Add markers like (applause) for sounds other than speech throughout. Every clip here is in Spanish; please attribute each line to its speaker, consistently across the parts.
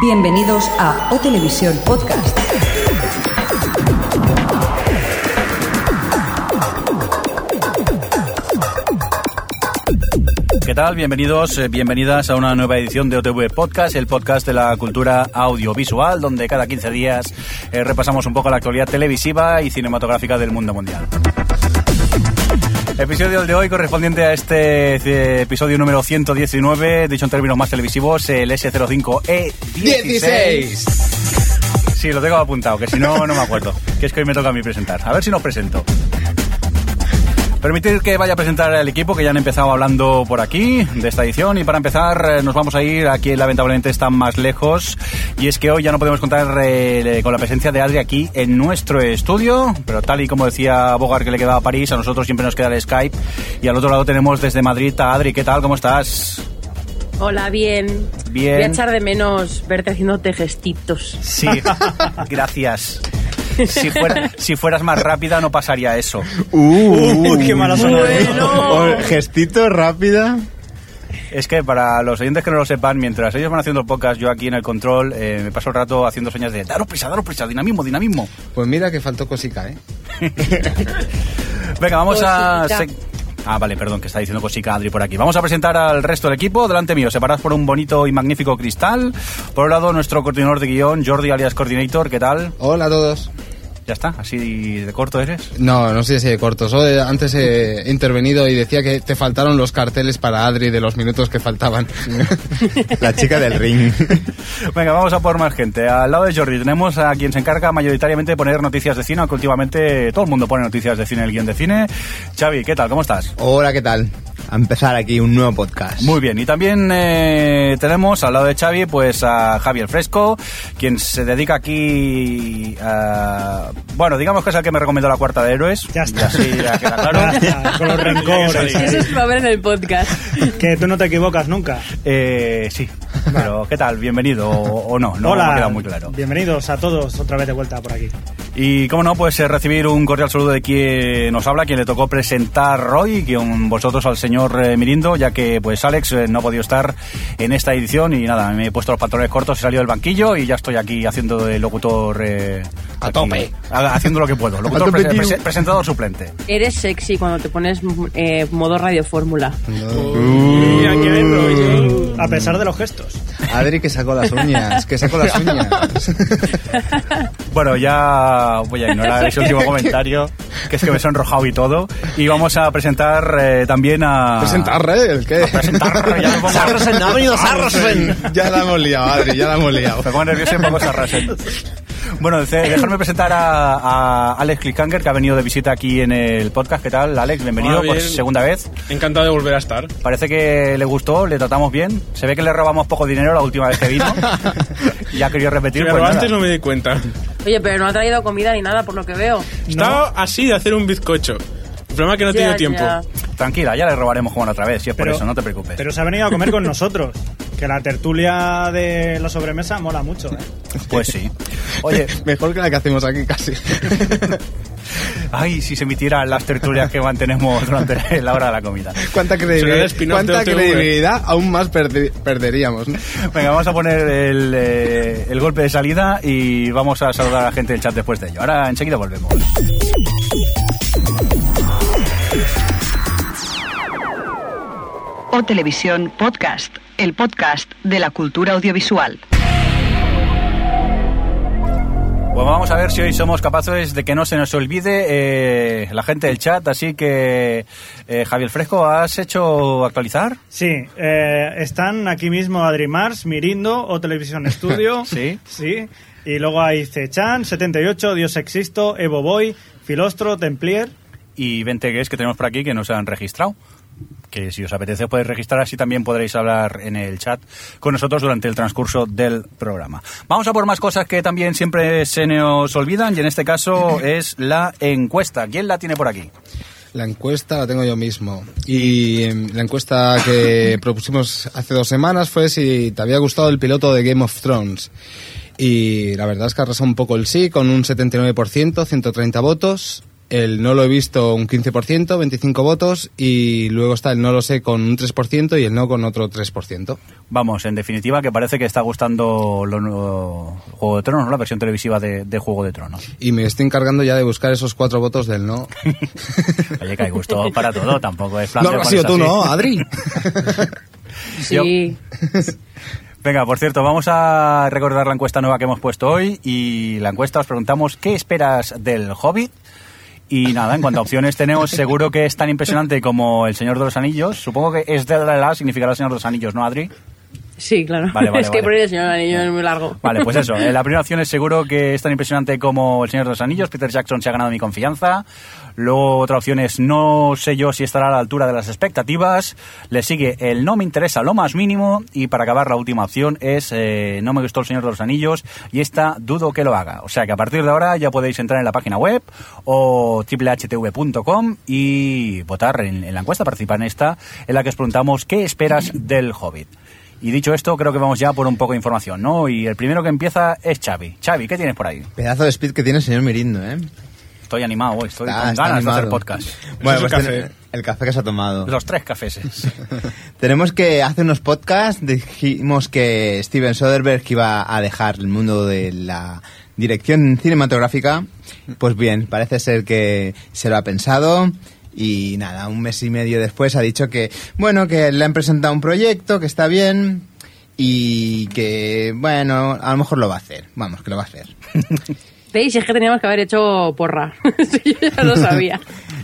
Speaker 1: Bienvenidos a O Televisión Podcast.
Speaker 2: ¿Qué tal? Bienvenidos, eh, bienvenidas a una nueva edición de OTV Podcast, el podcast de la cultura audiovisual, donde cada 15 días eh, repasamos un poco la actualidad televisiva y cinematográfica del mundo mundial. Episodio de hoy correspondiente a este eh, episodio número 119, dicho en términos más televisivos, el S05E16. E Sí, lo tengo apuntado, que si no, no me acuerdo. Que es que hoy me toca a mí presentar. A ver si nos presento. Permitir que vaya a presentar al equipo que ya han empezado hablando por aquí de esta edición y para empezar eh, nos vamos a ir aquí lamentablemente están más lejos y es que hoy ya no podemos contar eh, con la presencia de Adri aquí en nuestro estudio pero tal y como decía Bogar que le quedaba a París a nosotros siempre nos queda el Skype y al otro lado tenemos desde Madrid a Adri ¿qué tal? ¿cómo estás?
Speaker 3: Hola, bien.
Speaker 2: Bien.
Speaker 3: Voy a echar de menos verte haciéndote gestitos.
Speaker 2: Sí, (laughs) gracias si, fuera- si fueras más rápida no pasaría eso
Speaker 4: Uh,
Speaker 5: (laughs) qué mala sonora.
Speaker 3: Bueno.
Speaker 4: O- Gestito rápida.
Speaker 2: Es que para los oyentes que no lo sepan, mientras ellos van haciendo pocas, yo aquí en el control eh, me paso el rato haciendo señas de daros prisa, daros prisa, dinamismo, dinamismo.
Speaker 4: Pues mira que faltó cosica, ¿eh?
Speaker 2: Venga, vamos a...
Speaker 3: Cosica.
Speaker 2: se- Ah, vale, perdón, que está diciendo cosica Adri por aquí. Vamos a presentar al resto del equipo. Delante mío, separados por un bonito y magnífico cristal. Por un lado, nuestro coordinador de guión, Jordi alias Coordinator, ¿qué tal?
Speaker 4: Hola a todos.
Speaker 2: Ya está, así de corto eres.
Speaker 4: No, no sé si de cortos. O, eh, Antes he intervenido y decía que te faltaron los carteles para Adri de los minutos que faltaban. (laughs) La chica del ring.
Speaker 2: Venga, vamos a por más gente. Al lado de Jordi tenemos a quien se encarga mayoritariamente de poner noticias de cine, aunque últimamente todo el mundo pone noticias de cine en el guión de cine. Xavi, ¿qué tal? ¿Cómo estás?
Speaker 6: Hola, ¿qué tal? A empezar aquí un nuevo podcast.
Speaker 2: Muy bien, y también eh, tenemos al lado de Xavi pues a Javier Fresco, quien se dedica aquí a... Bueno, digamos que es el que me recomendó la cuarta de héroes.
Speaker 5: Ya está.
Speaker 2: Y así ya queda
Speaker 5: (laughs)
Speaker 2: claro.
Speaker 5: Con los
Speaker 3: (laughs)
Speaker 5: rencores.
Speaker 3: Eso es para ver en el podcast.
Speaker 5: Que tú no te equivocas nunca.
Speaker 2: Eh, sí, pero ¿qué tal? Bienvenido o, o no, no me ha
Speaker 5: Hola,
Speaker 2: quedado muy claro.
Speaker 5: bienvenidos a todos otra vez de vuelta por aquí.
Speaker 2: Y como no, pues eh, recibir un cordial saludo de quien nos habla, quien le tocó presentar Roy, con vosotros al señor eh, Mirindo, ya que pues Alex eh, no ha podido estar en esta edición y nada, me he puesto los pantalones cortos, he salido del banquillo y ya estoy aquí haciendo de locutor... eh,
Speaker 4: A
Speaker 2: aquí,
Speaker 4: tope.
Speaker 2: ha- haciendo lo que puedo, locutor
Speaker 4: tope,
Speaker 2: prese-
Speaker 4: tío.
Speaker 2: prese- presentador suplente.
Speaker 3: Eres sexy cuando te pones eh, modo radio fórmula.
Speaker 4: Uh.
Speaker 5: A pesar de los gestos.
Speaker 4: Adri que sacó las uñas, que sacó las (laughs) uñas.
Speaker 2: Bueno, ya voy a ignorar ese
Speaker 4: (laughs)
Speaker 2: último comentario, que es que me he sonrojado y todo. Y vamos a presentar eh, también a...
Speaker 4: Presentar, ¿eh? ¿El qué?
Speaker 2: Presentar, ya me
Speaker 4: (laughs)
Speaker 2: pongo-
Speaker 6: Sarrosen, ha venido Sarrosen.
Speaker 4: Ya la hemos liado, Adri, ya la hemos liado.
Speaker 2: Me pongo nervioso y me pongo sarrasen. Bueno, ce- dejarme presentar a, a Alex Clickhanger, que ha venido de visita aquí en el podcast. ¿Qué tal, Alex? Bienvenido
Speaker 7: Hola,
Speaker 2: por
Speaker 7: bien.
Speaker 2: segunda vez.
Speaker 7: Encantado de volver a estar.
Speaker 2: Parece que le gustó, le tratamos bien. Se ve que le robamos poco dinero la última vez que
Speaker 7: (laughs)
Speaker 2: vino. y ha querido
Speaker 7: Si
Speaker 2: repetir.
Speaker 7: me
Speaker 2: pues
Speaker 7: robaste
Speaker 2: nada.
Speaker 7: no me
Speaker 2: (laughs)
Speaker 7: di cuenta.
Speaker 3: Oye, pero no ha traído comida ni nada por lo que veo.
Speaker 7: Estaba así de hacer un bizcocho. El problema es que no he
Speaker 3: Ya,
Speaker 7: tenido tiempo.
Speaker 3: ya.
Speaker 2: Tranquila, ya le robaremos como la otra vez, si es por
Speaker 5: Pero-
Speaker 2: eso, no te preocupes.
Speaker 5: Pero se ha venido a comer con nosotros. Que la tertulia de la sobremesa mola mucho, ¿eh?
Speaker 2: Pues sí. Oye,
Speaker 4: Mejor que la que hacemos aquí casi.
Speaker 2: ay, si se emitieran las tertulias que mantenemos durante la hora de la comida.
Speaker 4: ¿Cuánta
Speaker 7: Será el
Speaker 4: credibilidad,
Speaker 7: spin-off de
Speaker 4: cuánta
Speaker 7: OTV.
Speaker 4: credibilidad aún más perdi- perderíamos? ¿no?
Speaker 2: Venga, vamos a poner el, eh, el golpe de salida y vamos a saludar a la gente del chat después de ello. Ahora enseguida volvemos.
Speaker 1: O Televisión Podcast, el podcast de la cultura audiovisual.
Speaker 2: Pues vamos a ver si hoy somos capaces de que no se nos olvide eh, la gente del chat. Así que, eh, Javier Fresco, ¿has hecho actualizar?
Speaker 5: Sí, eh, están aquí mismo Adri Mars, Mirindo o Televisión
Speaker 2: (laughs)
Speaker 5: Estudio.
Speaker 2: Sí.
Speaker 5: Sí. Y luego hay Cechan, 78, Dios Existo, Evo Boy, Filostro, Templier.
Speaker 2: Y 20 que es que tenemos por aquí que no se han registrado. Que si os apetece os podéis registrar, así también podréis hablar en el chat con nosotros durante el transcurso del programa. Vamos a por más cosas que también siempre se nos olvidan y en este caso es la encuesta. ¿Quién la tiene por aquí?
Speaker 4: La encuesta la tengo yo mismo. Y em, la encuesta que (laughs) propusimos hace dos semanas fue si te había gustado el piloto de Game of Thrones. Y la verdad es que arrasó un poco el sí, con un 79%, 130 votos. el no lo he visto un 15%, 25 votos, y luego está el no lo sé con un 3% y el no con otro 3%.
Speaker 2: Vamos, en definitiva, que parece que está gustando lo nuevo Juego de Tronos, ¿no? la versión televisiva de, de Juego de Tronos.
Speaker 4: Y me estoy encargando ya de buscar esos cuatro votos del
Speaker 7: (laughs)
Speaker 4: no. (laughs)
Speaker 2: Oye, que hay gusto para todo, tampoco es plan
Speaker 4: no
Speaker 2: de
Speaker 4: (laughs) lo has
Speaker 2: ponerse
Speaker 4: sido tú,
Speaker 2: así.
Speaker 4: ¿no, Ah.
Speaker 7: (laughs)
Speaker 4: Adri?
Speaker 2: Yo-
Speaker 3: Sí.
Speaker 2: Venga, por cierto, vamos a recordar la encuesta nueva que hemos puesto hoy y la encuesta os preguntamos qué esperas del Hobbit. Y nada, en cuanto a opciones tenemos, seguro que es tan impresionante como El Señor de los Anillos. Supongo que es de la la significará El Señor de los Anillos, ¿no, Adri?
Speaker 3: Sí, claro.
Speaker 2: Vale, vale,
Speaker 3: (laughs) es que
Speaker 2: vale.
Speaker 3: por el señor anillo es muy largo.
Speaker 2: Vale, pues eso. eh, La primera opción es seguro que es tan impresionante como El Señor de los Anillos. Peter Jackson se ha ganado mi confianza. Luego otra opción es no sé yo si estará a la altura de las expectativas. Le sigue el no me interesa lo más mínimo. Y para acabar la última opción es eh, no me gustó El Señor de los Anillos. Y esta dudo que lo haga. O sea que a partir de ahora ya podéis entrar en la página web o triplhtv.com y votar en, en la encuesta, participar en esta, en la que os preguntamos qué esperas del Hobbit. Y dicho esto, creo que vamos ya por un poco de información, ¿no? Y el primero que empieza es Xavi. Xavi, ¿qué tienes por ahí?
Speaker 6: Pedazo de speed que tiene el señor Mirindo, ¿eh?
Speaker 2: Estoy animado hoy, estoy
Speaker 4: Ah,
Speaker 6: Está-
Speaker 2: con
Speaker 6: está
Speaker 2: ganas de hacer
Speaker 6: animado. (laughs)
Speaker 2: podcast.
Speaker 6: Bueno,
Speaker 7: Eso es
Speaker 6: pues
Speaker 7: café.
Speaker 6: ten- el café que se ha tomado. (laughs)
Speaker 2: Los tres cafés.
Speaker 4: Pues
Speaker 2: (laughs)
Speaker 6: Tenemos que hace unos podcasts dijimos que Steven Soderbergh iba a dejar el mundo de la dirección cinematográfica. Pues bien, parece ser que se lo ha pensado. Y nada, un mes y medio después ha dicho que, bueno, que le han presentado un proyecto, que está bien y que, bueno, a lo mejor lo va a hacer. Vamos, que lo va a hacer.
Speaker 3: (laughs) ¿Veis? Es que teníamos que haber hecho porra. (laughs) Sí, Yo
Speaker 4: (laughs)
Speaker 3: ya lo sabía.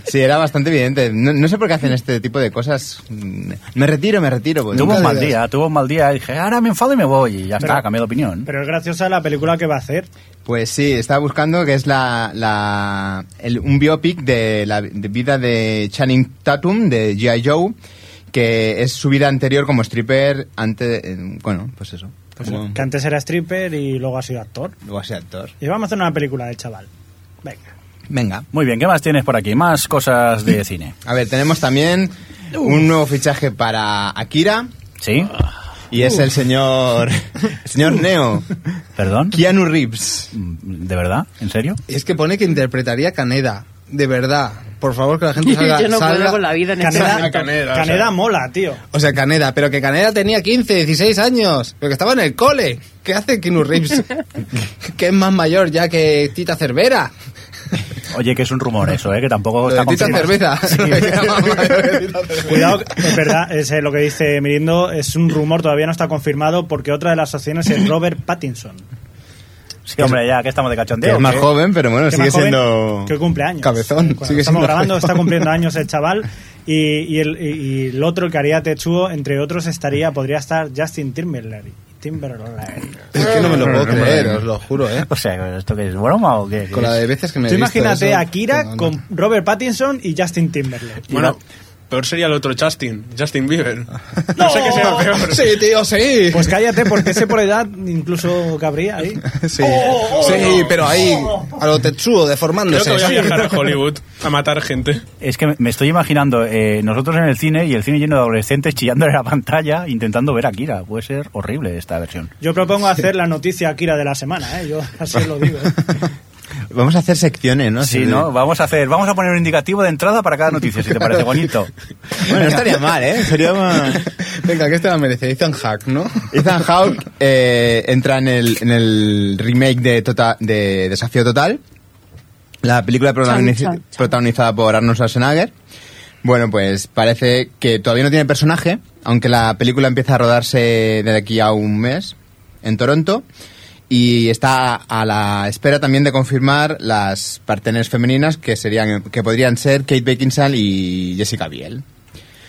Speaker 6: Sí, era bastante evidente. No, no sé por qué hacen este tipo de cosas. Mm, Me retiro, me retiro. pues.
Speaker 2: tuvo un mal
Speaker 4: digas.
Speaker 2: día, tuvo un mal día. Y dije, ahora me enfado y me voy. Y ya
Speaker 5: Pero-
Speaker 2: está, cambié de opinión.
Speaker 5: Pero es graciosa la película que va a hacer.
Speaker 6: Pues sí, estaba buscando que es la, la- el- un biopic de la de vida de Channing Tatum de G.I. Joe, que es su vida anterior como stripper antes, eh, bueno, pues eso,
Speaker 5: Pues,
Speaker 6: como-
Speaker 5: Que antes era stripper y luego ha sido actor.
Speaker 6: luego así actor.
Speaker 5: Y vamos a hacer una película del chaval. Venga.
Speaker 6: Venga.
Speaker 2: Muy bien, ¿qué más tienes por aquí? Más cosas
Speaker 5: (laughs)
Speaker 2: de cine.
Speaker 6: A ver, tenemos también un nuevo fichaje para Akira
Speaker 2: ¿Sí?
Speaker 6: y es el señor el señor Neo,
Speaker 2: ¿Perdón?
Speaker 6: Keanu Reeves.
Speaker 2: Mm, ¿De verdad? ¿En serio?
Speaker 4: Es que pone que interpretaría Caneda. De verdad. Por favor, que la gente salga.
Speaker 3: (laughs) Yo no
Speaker 4: salga-
Speaker 3: puedo con la vida en este
Speaker 5: Caneda,
Speaker 3: momento.
Speaker 7: Caneda, o sea.
Speaker 5: Caneda mola, tío.
Speaker 4: O sea, Caneda, pero que Caneda tenía 15, 16 años, pero que estaba en el cole. ¿Qué hace Keanu
Speaker 6: (laughs)
Speaker 4: Reeves? que es más mayor ya que Tita Cervera.
Speaker 2: Oye, que es un rumor eso, ¿eh? Que tampoco
Speaker 4: Lo
Speaker 2: está
Speaker 4: de Tita
Speaker 2: confirmado.
Speaker 4: Cerveza. Era más (laughs) mayor que Tita Cerveza.
Speaker 5: Cuidado, es verdad, es eh, lo que dice Mirindo, es un rumor, todavía no está confirmado, porque otra de las opciones es Robert Pattinson.
Speaker 2: Sí, hombre, ya que estamos de
Speaker 6: Que
Speaker 2: cachondeo.
Speaker 6: es más
Speaker 2: ¿qué?
Speaker 6: joven, pero bueno,
Speaker 5: Que
Speaker 6: sigue
Speaker 5: más joven
Speaker 6: siendo
Speaker 5: Que cumple años.
Speaker 4: Cabezón,
Speaker 5: Cuando
Speaker 4: sigue siendo
Speaker 5: estamos grabando,
Speaker 4: cabezón. (laughs)
Speaker 5: está cumpliendo años el chaval. Y, y el, y- y el otro que haría Techuo, entre otros, estaría podría estar Justin Timberlake. Timberlake.
Speaker 4: Es que no me lo puedo creer, os lo juro, ¿eh?
Speaker 2: O sea, ¿esto qué es broma o qué?
Speaker 4: Con la de veces que me he
Speaker 5: Tú
Speaker 4: visto
Speaker 5: imagínate
Speaker 4: eso,
Speaker 5: a Kira
Speaker 4: no, no.
Speaker 5: con Robert Pattinson y Justin Timberlake.
Speaker 7: Bueno, peor sería el otro Justin, Justin
Speaker 2: (laughs)
Speaker 7: Bieber. No, sé qué sea
Speaker 4: (laughs)
Speaker 7: peor.
Speaker 4: Sí, tío, sí.
Speaker 5: Pues cállate, porque ese por edad incluso cabría ahí.
Speaker 4: sí,
Speaker 5: oh,
Speaker 4: sí, pero ahí, a lo Tetsuo
Speaker 7: Creo
Speaker 4: deformándose.
Speaker 7: que voy a viajar
Speaker 2: (laughs)
Speaker 7: a Hollywood a matar gente.
Speaker 2: Es que me estoy imaginando eh, nosotros en el cine y el cine lleno de adolescentes chillando en la pantalla intentando ver a Kira. Puede ser horrible esta versión.
Speaker 5: Yo propongo hacer la noticia Kira de la semana, ¿eh? Yo así lo digo. ¿eh?
Speaker 6: Vamos a hacer secciones, ¿no?
Speaker 2: Sí, ¿no? Vamos a hacer, vamos a poner un indicativo de entrada para cada noticia, si te parece
Speaker 6: (laughs)
Speaker 2: bonito.
Speaker 6: Bueno, no estaría mal, ¿eh? Sería más-
Speaker 4: (laughs) Venga, que este la merece. Ethan Hack, ¿no?
Speaker 6: Ethan Hawke eh, entra en el, en el remake de, Tota- de Desafío Total, la película protagoniz-
Speaker 3: Chan, chan, chan.
Speaker 6: protagonizada por Arnold Schwarzenegger. Bueno, pues parece que todavía no tiene personaje, aunque la película empieza a rodarse de aquí a un mes en Toronto y está a la espera también de confirmar las partenes femeninas que serían que podrían ser Kate Beckinsale y Jessica Biel.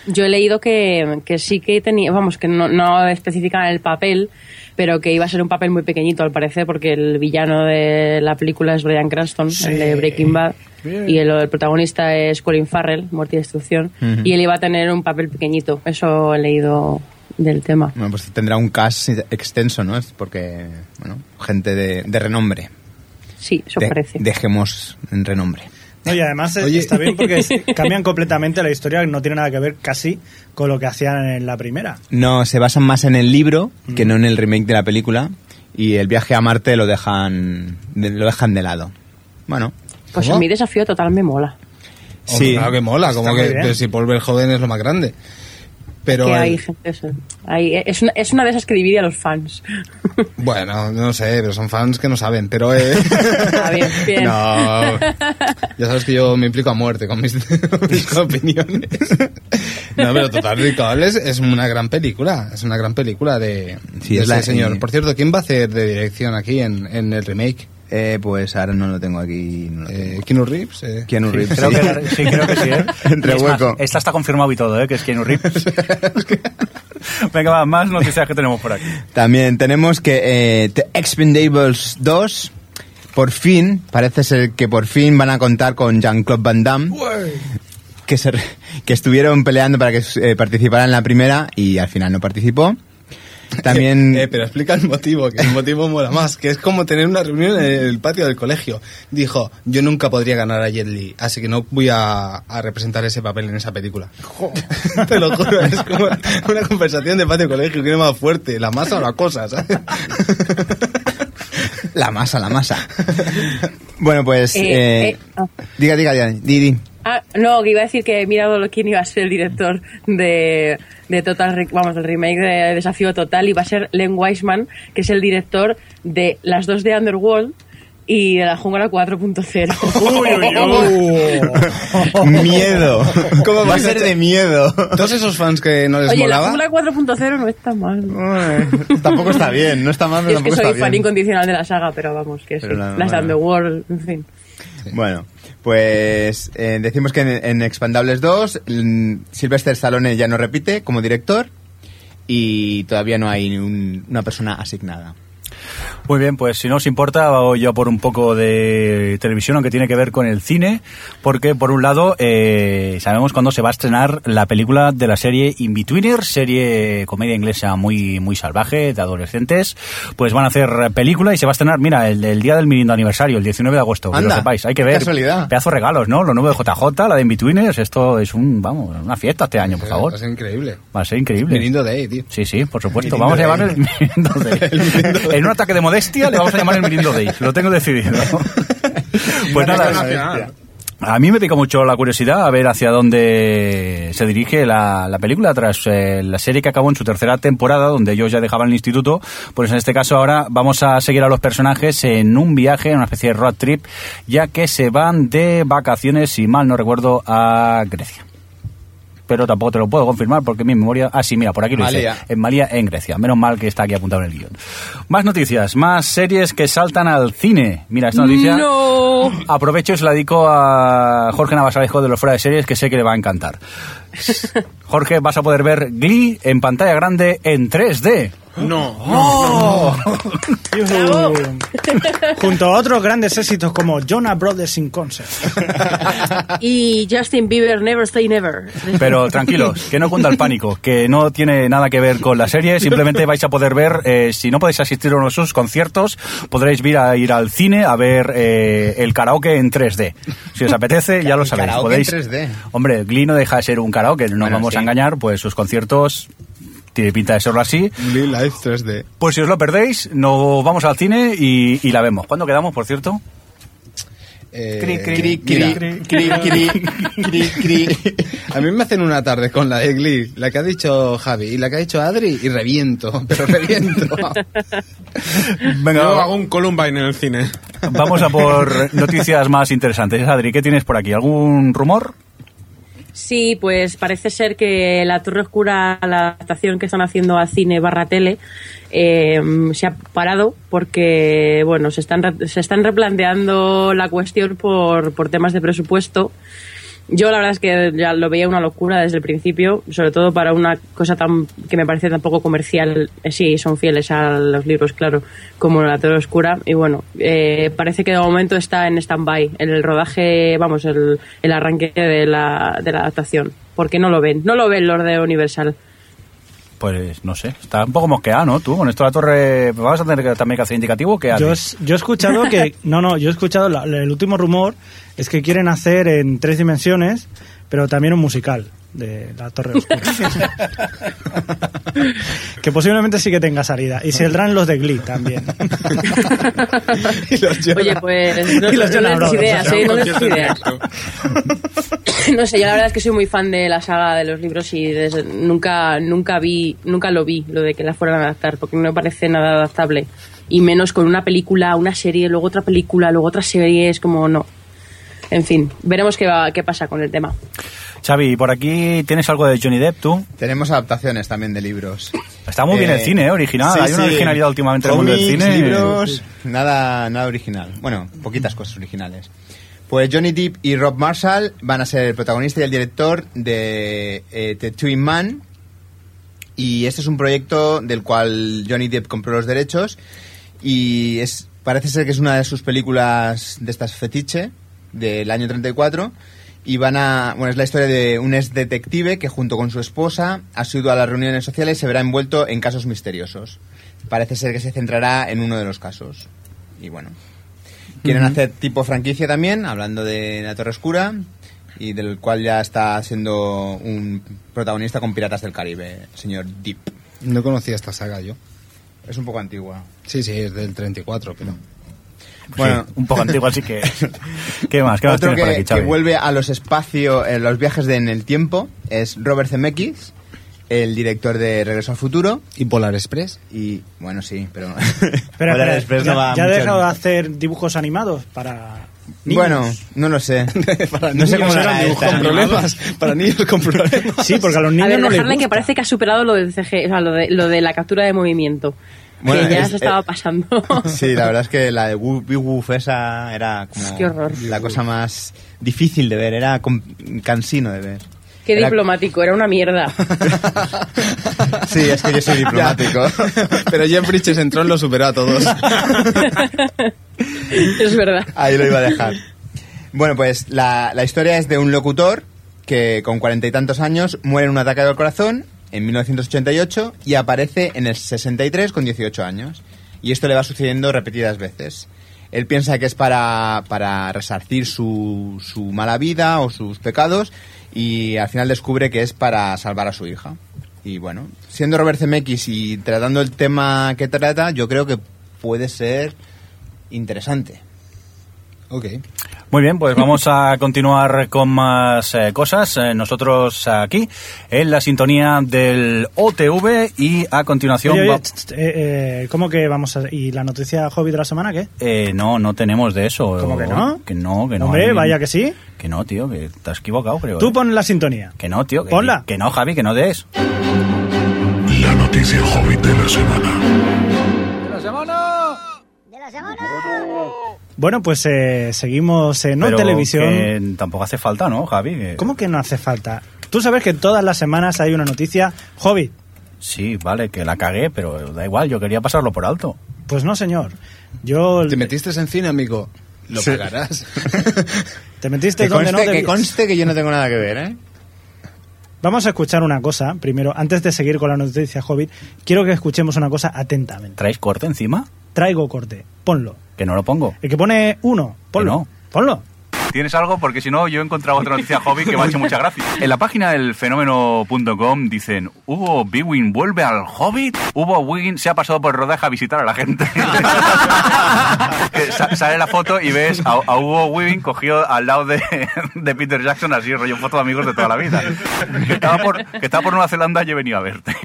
Speaker 3: Yo he leído que, que sí que tenía, vamos, que no, no especifican el papel, pero que iba a ser un papel muy pequeñito al parecer, porque el villano de la película es Brian Cranston, el de Breaking Bad, y el, el protagonista es Colin Farrell, Muerte y Destrucción, y él iba a tener un papel pequeñito, eso he leído del tema.
Speaker 6: Bueno, pues tendrá un cast extenso, ¿no? Es porque, bueno, gente de, de renombre.
Speaker 3: Sí, eso
Speaker 6: De-
Speaker 3: parece.
Speaker 6: Dejemos en renombre.
Speaker 5: No, y además eh,
Speaker 4: Oye.
Speaker 5: está bien porque es- cambian completamente la historia, no tiene nada que ver casi con lo que hacían en la primera.
Speaker 6: No, se basan más en el libro que no en el remake de la película. Y el viaje a Marte lo dejan de, lo dejan de lado. Bueno,
Speaker 3: Pues
Speaker 4: ¿Cómo?
Speaker 3: a mí desafío total me mola.
Speaker 6: Sí.
Speaker 4: Claro que mola, como
Speaker 5: muy
Speaker 4: que
Speaker 5: bien.
Speaker 4: pero si volver joven es lo más grande. Pero
Speaker 3: que hay
Speaker 4: el-
Speaker 3: gente eso. Hay- es, una, es una de esas que divide a los fans. (laughs)
Speaker 4: bueno, no sé, pero son fans que no saben, pero eh,
Speaker 3: Ah,
Speaker 4: (laughs)
Speaker 3: bien, bien.
Speaker 4: No. Ya sabes que yo me implico a muerte con mis, (laughs) con mis opiniones. No, pero Total Recall es, es una gran película. Es una gran película de,
Speaker 6: Sí,
Speaker 4: de
Speaker 6: es la-
Speaker 4: este señor.
Speaker 6: eh,
Speaker 4: Por cierto, ¿quién va a hacer de dirección aquí en, en el remake?
Speaker 6: Eh, pues ahora no lo tengo aquí. No lo
Speaker 4: Eh,
Speaker 6: tengo.
Speaker 4: ¿Keanu Reeves? Eh,
Speaker 6: Keanu Reeves,
Speaker 2: Creo
Speaker 6: sí.
Speaker 2: que, sí, creo que sí, ¿eh?
Speaker 6: (laughs) Entre
Speaker 2: Y es más,
Speaker 6: hueco.
Speaker 2: esta está confirmado y todo, ¿eh? Que es Keanu
Speaker 6: (laughs)
Speaker 2: Reeves. (laughs) Venga, va, más noticias que tenemos por aquí.
Speaker 6: También tenemos que eh, The Expendables 2, por fin, parece ser que por fin van a contar con Jean-Claude Van Damme. Que, se re- que estuvieron peleando para que eh, participara en la primera y al final no participó.
Speaker 4: (laughs)
Speaker 6: También...
Speaker 4: Eh, pero explica el motivo, que el motivo mola más, que es como tener una reunión en el patio del colegio. Dijo, yo nunca podría ganar a Jet Li, así que no voy a, a representar ese papel en esa película. (laughs) Te lo juro, es como una conversación de patio colegio, que es más fuerte, la masa o la cosa, ¿sabes?
Speaker 6: La masa, la masa. (laughs) bueno, pues...
Speaker 3: Eh,
Speaker 6: eh,
Speaker 3: eh, ah.
Speaker 6: Diga, diga, diga. di, di.
Speaker 3: Ah, no, que iba a decir que he mirado lo- quién iba a ser el director de, de Total, Re- vamos, del remake de Desafío Total, y va a ser Len Wiseman, que es el director de las dos de Underworld y de la Jungla 4.0.
Speaker 7: (laughs) Uy, uy,
Speaker 3: (laughs)
Speaker 7: uy.
Speaker 6: miedo.
Speaker 4: ¿Cómo
Speaker 6: Va a
Speaker 4: vais a
Speaker 6: ser
Speaker 4: echar-
Speaker 6: de miedo.
Speaker 4: Todos esos fans que no les
Speaker 3: Oye, la
Speaker 4: molaba...
Speaker 3: Jungla 4.0 no está mal.
Speaker 6: tampoco está bien, no está mal, pero
Speaker 3: es que
Speaker 6: tampoco
Speaker 3: soy
Speaker 6: está
Speaker 3: fan
Speaker 6: bien.
Speaker 3: incondicional de la saga, pero vamos, que
Speaker 6: Pero
Speaker 3: sí.
Speaker 6: la-
Speaker 3: las de
Speaker 6: bueno.
Speaker 3: Underworld, en fin.
Speaker 6: (laughs) Bueno, pues eh, decimos que en, en Expandables 2 mm, Sylvester Stallone ya no repite como director y todavía no hay un- una persona asignada.
Speaker 2: Muy bien, pues si no os importa, voy yo a por un poco de televisión, aunque tiene que ver con el cine, porque por un lado eh, sabemos cuándo se va a estrenar la película de la serie Inbetweener, serie comedia inglesa muy muy salvaje de adolescentes, pues van a hacer película y se va a estrenar, mira, el, el día del mirindo aniversario, el 19 de agosto, que lo
Speaker 6: Anda,
Speaker 2: sepáis, hay que
Speaker 6: qué
Speaker 2: ver.
Speaker 6: casualidad.
Speaker 2: Pedazo de regalos, ¿no? Lo nuevo de JJ, la de Inbetweeners, esto es un, vamos, una fiesta este año, por favor.
Speaker 4: Es increíble.
Speaker 2: Va a ser increíble.
Speaker 4: Mirindo Day, tío.
Speaker 2: Sí, sí, por supuesto.
Speaker 4: El
Speaker 2: Vamos a
Speaker 4: Mirindo
Speaker 2: llamar (laughs) el Mirindo Day. En un ataque de modestia le vamos a llamar el Mirindo Day. Lo tengo (laughs) decidido. Pues nada.
Speaker 7: nacional.
Speaker 2: A mí me picó mucho la curiosidad a ver hacia dónde se dirige la, la película tras eh, la serie que acabó en su tercera temporada, donde ellos ya dejaban el instituto. Pues en este caso ahora vamos a seguir a los personajes en un viaje, en una especie de road trip, ya que se van de vacaciones, si mal no recuerdo, a Grecia pero tampoco te lo puedo confirmar porque mi memoria. Ah, sí, mira, por aquí lo dice.
Speaker 6: Malía.
Speaker 2: En Malía, en Grecia. Menos mal que está aquí apuntado en el guión. Más noticias, más series que saltan al cine. Mira, esta noticia.
Speaker 3: ¡No!
Speaker 2: Aprovecho y se la dedico a Jorge Navasalejo de los Fuera de Series, que sé que le va a encantar. Jorge, vas a poder ver Glee en pantalla grande en 3D.
Speaker 7: No.
Speaker 3: ¡Bravo!
Speaker 5: Junto a otros grandes éxitos como Jonah Brothers in Concert.
Speaker 3: Y Justin Bieber, Never Say Never.
Speaker 2: Pero tranquilos, que no cunda el pánico, que no tiene nada que ver con la serie, simplemente vais a poder ver, eh, si no podéis asistir a uno de sus conciertos, podréis ir, a, ir al cine a ver eh, el karaoke en 3D. Si os apetece, ya lo
Speaker 6: El
Speaker 2: sabéis.
Speaker 6: karaoke
Speaker 2: podéis,
Speaker 6: en 3D.
Speaker 2: Hombre, Glee no deja de ser un karaoke, no
Speaker 6: Bueno,
Speaker 2: vamos a
Speaker 6: sí.
Speaker 2: engañar, pues sus conciertos tiene pinta de serlo así.
Speaker 4: Blue Life 3D.
Speaker 2: Pues si os lo perdéis, nos vamos al cine y, y la vemos. ¿Cuándo quedamos, por cierto?
Speaker 4: Eh,
Speaker 2: Cri, cri,
Speaker 4: mira,
Speaker 6: Cri, cri, cri, cri, cri.
Speaker 4: A mí me hacen una tarde con la de Glee, la que ha dicho Javi y la que ha dicho Adri y reviento, (laughs) pero reviento.
Speaker 7: Yo hago un Columbine en el cine.
Speaker 2: Vamos a por noticias más interesantes. Adri, ¿qué tienes por aquí? ¿Algún rumor?
Speaker 3: Sí, pues parece ser que La Torre Oscura, la adaptación que están haciendo a cine barra tele, eh, se ha parado porque, bueno, se están, re- se están replanteando la cuestión por, por temas de presupuesto. Yo la verdad es que ya lo veía una locura desde el principio, sobre todo para una cosa tan que me parece tan poco comercial, eh, sí, son fieles a los libros, claro, como La Torre Oscura. Y bueno, eh, parece que de momento está en stand-by, en el rodaje, vamos, el, el arranque de la, de la adaptación, porque no lo ven, no lo ven los de Universal.
Speaker 2: Pues no sé, está un poco mosqueado, ¿no? Tú con esto de la torre, ¿vas a tener que, también que hacer indicativo? ¿Qué
Speaker 5: Yo,
Speaker 2: haces?
Speaker 5: es- yo he escuchado que. No, no, yo he escuchado. la- el último rumor es que quieren hacer en tres dimensiones, pero también un musical. de la Torre Oscura. que posiblemente sí que tenga salida. Y saldrán los de Glee también.
Speaker 4: Y los Jonas.
Speaker 3: Oye, pues no,
Speaker 5: Y los
Speaker 3: no
Speaker 5: Jonas
Speaker 3: les
Speaker 5: Brothers,
Speaker 3: ideas,
Speaker 5: o sea,
Speaker 3: ¿eh?
Speaker 7: un
Speaker 3: No les
Speaker 7: concierto en
Speaker 3: ideas.
Speaker 7: directo.
Speaker 3: (laughs) No sé, yo la verdad es que soy muy fan de la saga de los libros y desde- nunca, nunca vi, nunca lo vi, lo de que la fueran a adaptar, porque no me parece nada adaptable. Y menos con una película, una serie, luego otra película, luego otra serie, es como no. En fin, veremos qué, va, qué pasa con el tema.
Speaker 2: Xavi, por aquí tienes algo de Johnny Depp, tú.
Speaker 6: Tenemos adaptaciones también de libros.
Speaker 2: Está muy bien
Speaker 6: Eh,
Speaker 2: el cine, ¿eh? Original.
Speaker 6: sí,
Speaker 2: Hay una
Speaker 6: sí.
Speaker 2: originalidad últimamente en el mundo del
Speaker 6: Cómics,
Speaker 2: cine.
Speaker 6: libros, nada, nada original. Bueno, poquitas cosas originales. Pues Johnny Depp y Rob Marshall van a ser el protagonista y el director de eh, The Twin Man. Y este es un proyecto del cual Johnny Depp compró los derechos. Y es, parece ser que es una de sus películas de estas fetiche del año 34. Y van a. Bueno, es la historia de un ex detective que, junto con su esposa, ha sido a las reuniones sociales y se verá envuelto en casos misteriosos. Parece ser que se centrará en uno de los casos. Y bueno. Quieren hacer tipo franquicia también, hablando de La Torre Oscura, y del cual ya está siendo un protagonista con Piratas del Caribe, el señor Deep.
Speaker 4: No conocía esta saga yo.
Speaker 6: Es un poco antigua.
Speaker 4: Sí, sí, es del 34, pero...
Speaker 2: Bueno,
Speaker 6: Bueno,
Speaker 2: un poco antiguo, así
Speaker 5: (laughs)
Speaker 2: que. ¿Qué más? ¿Qué más
Speaker 6: otro
Speaker 2: tienes
Speaker 6: que,
Speaker 2: por aquí,
Speaker 6: que
Speaker 2: Xavi?
Speaker 6: vuelve a los espacios, eh, los viajes de en el tiempo, es Robert Zemeckis, el director de Regreso al Futuro.
Speaker 4: ¿Y Polar Express?
Speaker 6: Y bueno, sí, pero. (laughs)
Speaker 5: Espera,
Speaker 6: Polar
Speaker 5: espera,
Speaker 6: Express
Speaker 5: ya,
Speaker 6: no va
Speaker 5: ya ha
Speaker 6: mucho-
Speaker 5: dejado de hacer dibujos animados para. niños.
Speaker 6: Bueno, no lo sé.
Speaker 4: Para
Speaker 6: no sé
Speaker 4: niños
Speaker 6: cómo
Speaker 4: eran
Speaker 6: será
Speaker 4: dibujos
Speaker 6: esta.
Speaker 4: con
Speaker 6: (laughs)
Speaker 4: problemas. Para niños con problemas.
Speaker 5: Sí, porque a los niños
Speaker 3: a ver,
Speaker 5: no les
Speaker 3: dejarle
Speaker 5: gusta.
Speaker 3: que parece que ha superado lo del CG, o sea, lo de, lo de la captura de movimiento.
Speaker 6: Bueno,
Speaker 3: que ya
Speaker 6: es-
Speaker 3: se estaba
Speaker 6: eh,
Speaker 3: pasando.
Speaker 6: Sí, la verdad es que la de Wu- Big Woof esa era como
Speaker 3: Qué horror.
Speaker 6: la cosa más difícil de ver, era com- cansino de ver.
Speaker 3: Qué
Speaker 6: Era-
Speaker 3: diplomático, era una mierda.
Speaker 6: (laughs) Sí, es que yo soy diplomático.
Speaker 4: (laughs) Pero Jeff Bridges entró y lo superó a todos.
Speaker 3: es verdad.
Speaker 6: Ahí lo iba a dejar. Bueno, pues la, la historia es de un locutor que con cuarenta y tantos años muere en un ataque al corazón en 1988 y aparece en el 63 con 18 años. Y esto le va sucediendo repetidas veces. Él piensa que es para, para resarcir su, su mala vida o sus pecados y al final descubre que es para salvar a su hija. Y bueno, siendo Robert Zemeckis y tratando el tema que trata, yo creo que puede ser interesante.
Speaker 4: ok.
Speaker 2: Muy bien, pues vamos a (laughs) continuar con más eh, cosas. Eh, nosotros aquí, en la sintonía del OTV, y a continuación.
Speaker 5: Oye, oye,
Speaker 2: va-
Speaker 5: ch, ch, eh, eh, ¿Cómo que vamos a.? ¿Y la noticia hobby de la semana qué?
Speaker 2: Eh, no, no tenemos de eso.
Speaker 5: ¿Cómo que no?
Speaker 2: Oh, Que no, que no.
Speaker 5: Hombre,
Speaker 2: hay-
Speaker 5: vaya que sí.
Speaker 2: Que no, tío, que te has equivocado, creo.
Speaker 5: Tú
Speaker 2: eh.
Speaker 5: pon la sintonía.
Speaker 2: Que no, tío. Que,
Speaker 5: Ponla.
Speaker 2: Que no, Javi, que no des.
Speaker 8: La noticia hobbit de la semana.
Speaker 5: Bueno, pues eh, seguimos eh, no en
Speaker 2: Pero
Speaker 5: televisión.
Speaker 2: que tampoco hace falta, ¿no, Javi? Que-
Speaker 5: ¿Cómo que no hace falta? Tú sabes que todas las semanas hay una noticia hobby.
Speaker 2: Sí, vale, que la cagué, pero da igual, yo quería pasarlo por alto.
Speaker 5: Pues no, señor. Yo
Speaker 4: Te metiste en cine, amigo. Lo
Speaker 6: Sí.
Speaker 4: pagarás.
Speaker 5: te metiste
Speaker 6: (laughs) Que
Speaker 5: donde
Speaker 6: conste,
Speaker 5: no
Speaker 6: que
Speaker 5: debías.
Speaker 6: conste que yo no tengo nada que ver, ¿eh?
Speaker 5: Vamos a escuchar una cosa, primero, antes de seguir con la noticia Hobbit, quiero que escuchemos una cosa atentamente.
Speaker 2: ¿Traéis corte encima?
Speaker 5: Traigo corte, ponlo.
Speaker 2: Que no lo pongo.
Speaker 5: El que pone uno, ponlo.
Speaker 2: no.
Speaker 5: Ponlo.
Speaker 2: ¿Tienes algo? Porque si no, yo he encontrado otra noticia hobby que me ha hecho mucha gracia. En la página del fenómeno.com dicen, Hugo Bewin vuelve al Hobbit. Hugo Wiggin se ha pasado por rodaja a visitar a la gente. (laughs) Que sa- Sale la foto y ves a, a Hugo Weaving cogido al lado de, de Peter Jackson, así, rollo foto de amigos de toda la vida. Que estaba por, que estaba por Nueva Zelanda y he venido a verte.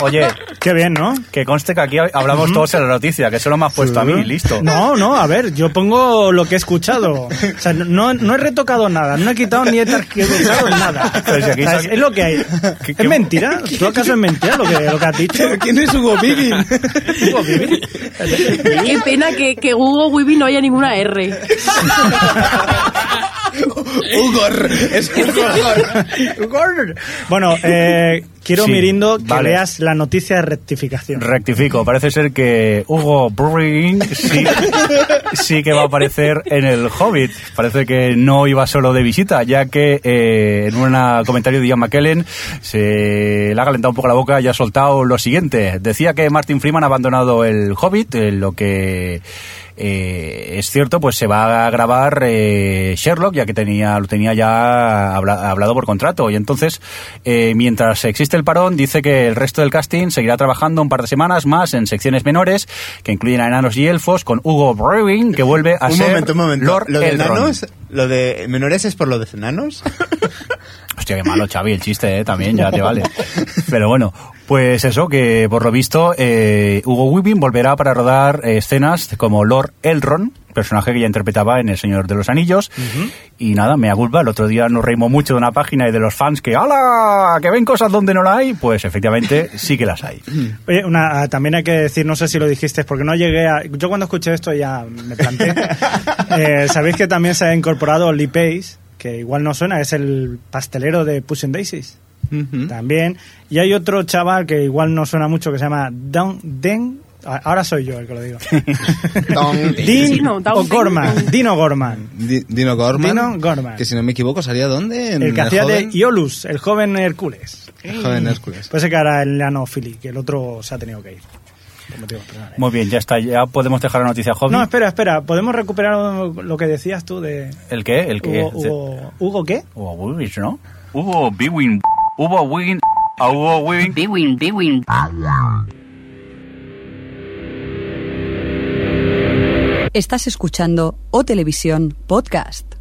Speaker 2: Oye,
Speaker 5: Qué bien, ¿no?
Speaker 2: que conste que aquí hablamos todos en la noticia, que solo me has puesto a mí, Pues listo.
Speaker 5: No, no, a ver, yo pongo lo que
Speaker 2: (laughs)
Speaker 5: he escuchado. O sea, no, no he retocado nada, no he quitado ni he tarjetizado nada.
Speaker 2: (laughs) Pero si aquí
Speaker 5: O sea,
Speaker 2: son-
Speaker 5: es lo que hay.
Speaker 2: (laughs) ¿Qué- qué-
Speaker 5: ¿Es mentira?
Speaker 2: (laughs)
Speaker 5: ¿Tú acaso es mentira lo que, lo que has dicho?
Speaker 4: (laughs) ¿Quién es Hugo Biggin?
Speaker 3: Qué pena que, que Hugo Weaving no haya ninguna R.
Speaker 4: Ugor. (laughs) Es (laughs) Ugor.
Speaker 5: Bueno, eh, quiero,
Speaker 2: Sí,
Speaker 5: Mirindo, que
Speaker 2: vale.
Speaker 5: leas la noticia de rectificación.
Speaker 2: Rectifico, parece ser que Hugo Brewing sí, sí que va a aparecer en el Hobbit. Parece que no iba solo de visita, ya que eh, en un comentario de Ian McKellen se le ha calentado un poco la boca y ha soltado lo siguiente. Decía que Martin Freeman ha abandonado el Hobbit, eh, lo que eh, es cierto, pues se va a grabar eh, Sherlock, ya que tenía, lo tenía ya habla- hablado por contrato. Y entonces, eh, mientras existe el parón, dice que el resto del casting seguirá trabajando un par de semanas más en secciones menores, que incluyen a enanos y elfos, con Hugo Brewing, que vuelve a
Speaker 6: un
Speaker 2: ser
Speaker 6: momento, un momento.
Speaker 2: Lord
Speaker 6: ¿Lo de
Speaker 2: Elrond.
Speaker 6: enanos? ¿Lo de menores es por lo de enanos?
Speaker 2: Hostia, qué malo, Xavi, el chiste, ¿eh? También, ya te vale. Pero bueno, pues eso, que por lo visto, eh, Hugo Weaving volverá para rodar eh, escenas como Lord Elrond, personaje que ya interpretaba en El Señor de los Anillos. Y nada, me culpa, el otro día nos reímos mucho de una página y de los fans que, ¡hala! Que ven cosas donde no las hay. Pues efectivamente, sí que las hay.
Speaker 5: Oye, una, ah, también hay que decir, no sé si lo dijiste, porque no llegué a... Yo cuando escuché esto ya me planté. Eh, Sabéis que también se ha incorporado Lee Pace, que igual no suena, es el pastelero de Pushing Daisies. También. Y hay otro chaval que igual no suena mucho, que se llama Dan Den... ah, Ahora soy yo el que lo digo.
Speaker 6: Tom.
Speaker 3: Sí,
Speaker 5: Dean
Speaker 3: no, Dan-
Speaker 5: O'Gorman. Dino Gorman.
Speaker 4: (laughs) Di- Dino Gorman.
Speaker 5: Dino Gorman.
Speaker 4: Que si no me equivoco, ¿salía dónde? En
Speaker 5: El que hacía de
Speaker 4: joven,
Speaker 5: Iolus, el joven Hércules.
Speaker 4: el joven Hércules.
Speaker 5: Puede ser que ahora el Lano Philly, que el otro se ha tenido que ir. Por motivos personales.
Speaker 2: Muy bien, ya está, ya podemos dejar la noticia hobby.
Speaker 5: No, espera, espera. ¿Podemos recuperar lo que decías tú de
Speaker 2: ¿El qué? ¿El qué?
Speaker 5: Hugo, Hugo, Hugo qué?
Speaker 2: Hugo Weaving, ¿no? Hugo Weaving. Hugo Weaving. A Hugo Weaving.
Speaker 1: Bewin, bewin.
Speaker 9: Estás escuchando O Televisión Podcast.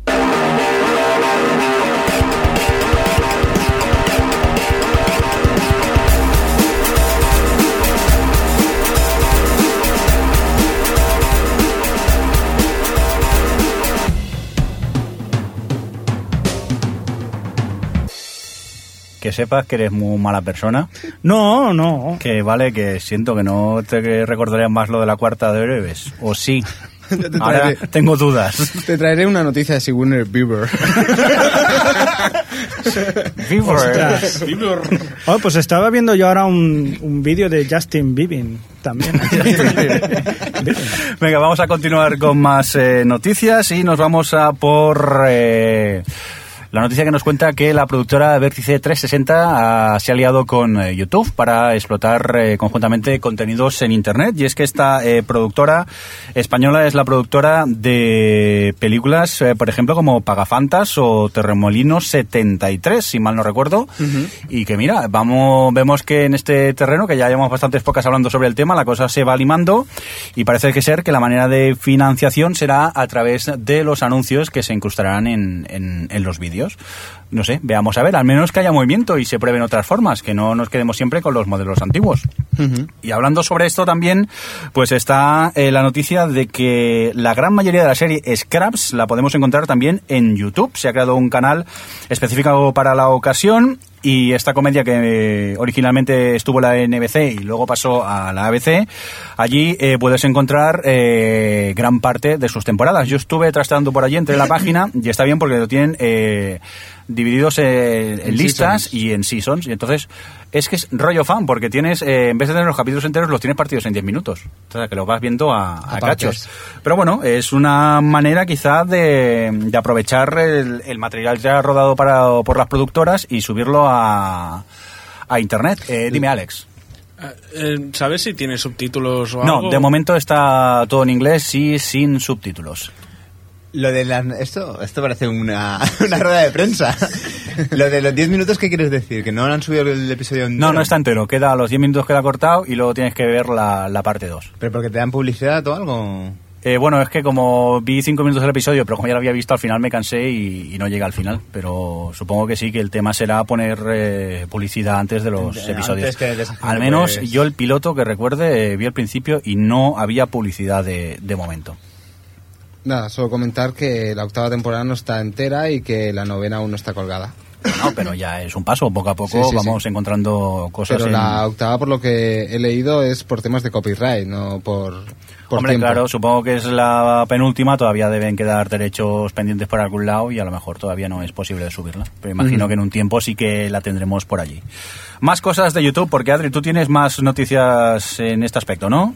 Speaker 2: Que sepas que eres muy mala persona.
Speaker 5: No, no.
Speaker 2: Que vale, que siento que no te recordarías más lo de la cuarta de Breves. O sí.
Speaker 4: (laughs) Ya te
Speaker 2: Ahora
Speaker 4: traeré.
Speaker 2: tengo
Speaker 4: (laughs)
Speaker 2: dudas.
Speaker 4: Te traeré una noticia de Sigourney Beaver. eh.
Speaker 5: Ostras. Oh, pues estaba viendo yo ahora un, un vídeo de Justin Bieber también.
Speaker 2: Venga, vamos a continuar con más eh, noticias y nos vamos a por... eh, la noticia que nos cuenta que la productora Vértice 360 ha- se ha aliado con eh, YouTube para explotar eh, conjuntamente contenidos en Internet. Y es que esta eh, productora española es la productora de películas, eh, por ejemplo, como Pagafantas o Terremolino 73, si mal no recuerdo. Y que mira, vamos, vemos que en este terreno, que ya llevamos bastantes pocas hablando sobre el tema, la cosa se va limando y parece que ser que la manera de financiación será a través de los anuncios que se incrustarán en, en- en los vídeos. No sé, veamos a ver, al menos que haya movimiento y se prueben otras formas, que no nos quedemos siempre con los modelos antiguos. Y hablando sobre esto también, pues está eh, la noticia de que la gran mayoría de la serie Scraps la podemos encontrar también en YouTube. Se ha creado un canal específico para la ocasión y esta comedia que eh, originalmente estuvo en la NBC y luego pasó a la ABC, allí eh, puedes encontrar eh, gran parte de sus temporadas. Yo estuve trasteando por allí entre la página y está bien porque lo tienen eh, divididos eh, en,
Speaker 4: En
Speaker 2: listas
Speaker 4: seasons.
Speaker 2: y en seasons. Y entonces es que es rollo fan, porque tienes, eh, en vez de tener los capítulos enteros, los tienes partidos en 10 minutos. O sea, que los vas viendo a, a
Speaker 4: Aparte.
Speaker 2: cachos. Pero bueno, es una manera quizás de, de aprovechar el, el material ya rodado para, por las productoras y subirlo a, a internet. Eh, dime, Alex.
Speaker 7: (laughs) Ah, eh, ¿Sabes si tiene subtítulos o algo?
Speaker 2: No, de momento está todo en inglés y sin subtítulos.
Speaker 6: Lo de las... Esto, esto parece una, (laughs) una rueda de
Speaker 4: (laughs)
Speaker 6: prensa. Lo de los 10 minutos, ¿qué quieres decir? ¿Que no han subido el episodio entero?
Speaker 2: No, no está entero. Queda los 10 minutos queda cortado y luego tienes que ver la, la parte 2.
Speaker 6: ¿Pero porque te dan publicidad o algo?
Speaker 2: Eh, bueno, es que como vi cinco minutos del episodio, pero como ya lo había visto, al final me cansé y, y no llegué al final. Pero supongo que sí, que el tema será poner eh, publicidad antes de los
Speaker 6: Antes
Speaker 2: episodios.
Speaker 6: que desafío,
Speaker 2: al menos
Speaker 6: pues.
Speaker 2: yo el piloto que recuerde eh, vi al principio y no había publicidad de, de momento.
Speaker 4: Nada, solo comentar que la octava temporada no está entera y que la novena aún no está colgada.
Speaker 2: No, pero ya es un paso. Poco a poco
Speaker 4: Sí, sí,
Speaker 2: vamos encontrando cosas.
Speaker 4: Pero
Speaker 2: en-
Speaker 4: la octava, por lo que he leído, es por temas de copyright, no por, por
Speaker 2: Hombre,
Speaker 4: tiempo.
Speaker 2: claro, supongo que es la penúltima, todavía deben quedar derechos pendientes por algún lado y a lo mejor todavía no es posible subirla. Pero imagino que en un tiempo sí que la tendremos por allí. Más cosas de YouTube, porque Adri, tú tienes más noticias en este aspecto, ¿no?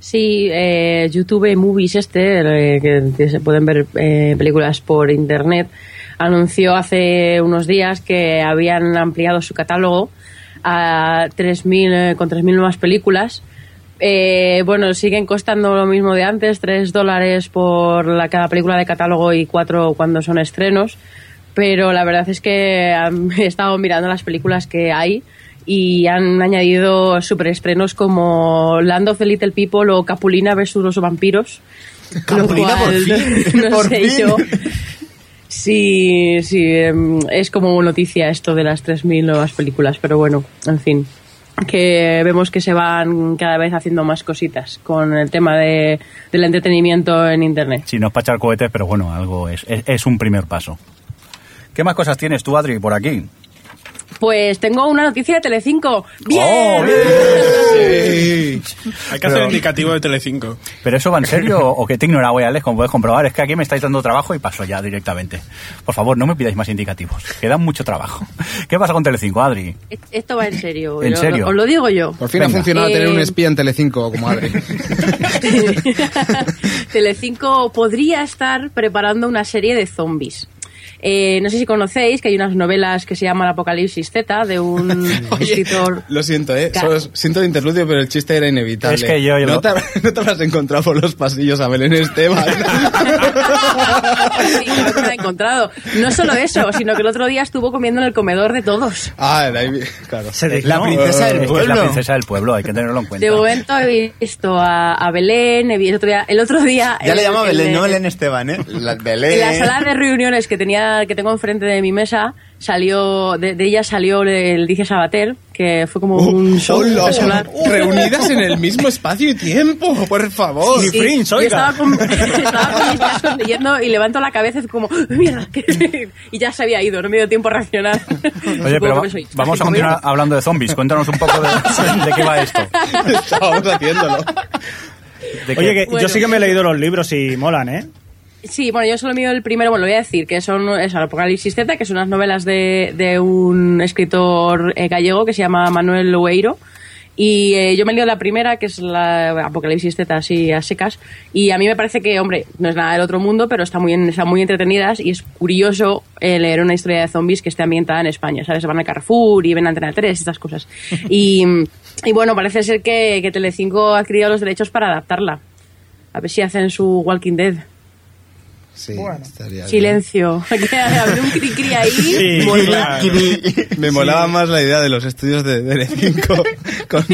Speaker 3: Sí, eh, YouTube Movies este, eh, que, que se pueden ver eh, películas por internet, anunció hace unos días que habían ampliado su catálogo a 3.000, eh, con 3.000 nuevas películas Eh, bueno, siguen costando lo mismo de antes, 3 dólares por la, cada película de catálogo y 4 cuando son estrenos. Pero la verdad es que am, (laughs) he estado mirando las películas que hay y han añadido superestrenos como Land of the Little People o Capulina versus los vampiros. Lo
Speaker 6: Capulina, por fin,
Speaker 3: (laughs) no
Speaker 6: (laughs) por
Speaker 3: sé
Speaker 6: fin.
Speaker 3: yo. Sí, sí, em, es como noticia esto de las 3.000 nuevas películas, pero bueno, en fin. Que vemos que se van cada vez haciendo más cositas con el tema de, del entretenimiento en Internet.
Speaker 2: Si no es para echar cohetes, pero bueno, algo es, es, es un primer paso. ¿Qué más cosas tienes tú, Adri, por aquí?
Speaker 3: Pues tengo una noticia de Telecinco. ¡Bien!
Speaker 2: ¡Oh, (laughs)
Speaker 4: Sí.
Speaker 7: Hay que hacer indicativo de Telecinco.
Speaker 2: ¿Pero eso va en
Speaker 4: (laughs)
Speaker 2: serio o que te he ignorado, eh, Alex? Como puedes comprobar, es que aquí me estáis dando trabajo y paso ya directamente. Por favor, no me pidáis más indicativos, que dan mucho trabajo. ¿Qué pasa con Telecinco, Adri?
Speaker 3: Et- Esto va en serio.
Speaker 2: ¿En
Speaker 3: yo-
Speaker 2: serio?
Speaker 3: Os lo digo yo.
Speaker 4: Por fin
Speaker 2: Venga.
Speaker 4: ha funcionado tener
Speaker 3: Eh,
Speaker 4: un espía en Telecinco como Adri.
Speaker 3: (laughs)
Speaker 4: (laughs)
Speaker 3: Telecinco podría estar preparando una serie de zombies. Eh, no sé si conocéis que hay unas novelas que se llaman Apocalipsis Z de
Speaker 2: (laughs)
Speaker 3: un escritor.
Speaker 4: Lo siento, eh.
Speaker 3: Ca-
Speaker 4: Solo siento de interludio, pero el chiste era inevitable.
Speaker 2: Es que yo- yo
Speaker 4: no,
Speaker 2: lo-
Speaker 4: te, no te habrás encontrado por los pasillos este a Belén Esteban.
Speaker 3: (laughs) Sí, creo que me la he encontrado. No solo eso, sino que el otro día estuvo comiendo en el comedor de todos.
Speaker 4: ah, de ahí- claro.
Speaker 5: Se dignó.
Speaker 6: Eh, La princesa
Speaker 2: Es que
Speaker 6: del
Speaker 2: es la
Speaker 6: pueblo.
Speaker 2: princesa del pueblo, hay que tenerlo en cuenta.
Speaker 3: De momento he visto a, a Belén, he vi- el otro día. El otro día
Speaker 6: Ya le
Speaker 3: el-
Speaker 6: llamo
Speaker 3: el-
Speaker 6: Belén, no Belén Esteban, ¿eh?
Speaker 3: (laughs)
Speaker 6: La- Belén.
Speaker 3: En la sala de reuniones que tenía que tengo enfrente de mi mesa salió de, de ella salió el Dice Sabater que fue como un
Speaker 4: Oh,
Speaker 3: show
Speaker 4: Uh, Hola.
Speaker 3: solar.
Speaker 4: (laughs) Reunidas en el mismo espacio y tiempo, por favor.
Speaker 7: Sí. Ni Fringe,
Speaker 3: yo
Speaker 7: oiga.
Speaker 3: estaba con, (laughs) estaba con mis cascos leyendo y levanto la cabeza y fue como mierda ¿qué?". (laughs) y ya se había ido no me dio tiempo a reaccionar
Speaker 2: Oye,
Speaker 3: Supongo
Speaker 2: pero
Speaker 3: que
Speaker 2: va-
Speaker 3: me soy-
Speaker 2: vamos a
Speaker 3: cinco
Speaker 2: continuar
Speaker 3: minutos.
Speaker 2: hablando de zombies. Cuéntanos un poco
Speaker 3: (laughs)
Speaker 2: de, de qué va esto.
Speaker 4: (laughs) Estábamos haciéndolo.
Speaker 2: De qué-
Speaker 5: Oye, que
Speaker 3: Bueno.
Speaker 5: yo sí que me he leído los libros y molan, ¿eh?
Speaker 3: Sí, bueno, yo solo miro el primero, bueno, lo voy a decir, que son es Apocalipsis Z, que son unas novelas de, de un escritor eh, gallego que se llama Manuel Loeiro. Y eh, yo me he leído la primera, que es la Apocalipsis Z, así a secas. Y a mí me parece que, hombre, no es nada del otro mundo, pero está muy, en- están muy entretenidas y es curioso eh, leer una historia de zombies que esté ambientada en España. ¿Sabes? Van a Carrefour y ven a Antena 3, estas cosas. Y, y bueno, parece ser que, que Telecinco ha adquirido los derechos para adaptarla. A ver si hacen su Walking Dead.
Speaker 4: Sí, estaría bien.
Speaker 3: Silencio. (laughs) Había un cri cri ahí.
Speaker 5: Sí, claro.
Speaker 4: Me molaba más la idea de los estudios de Telecinco con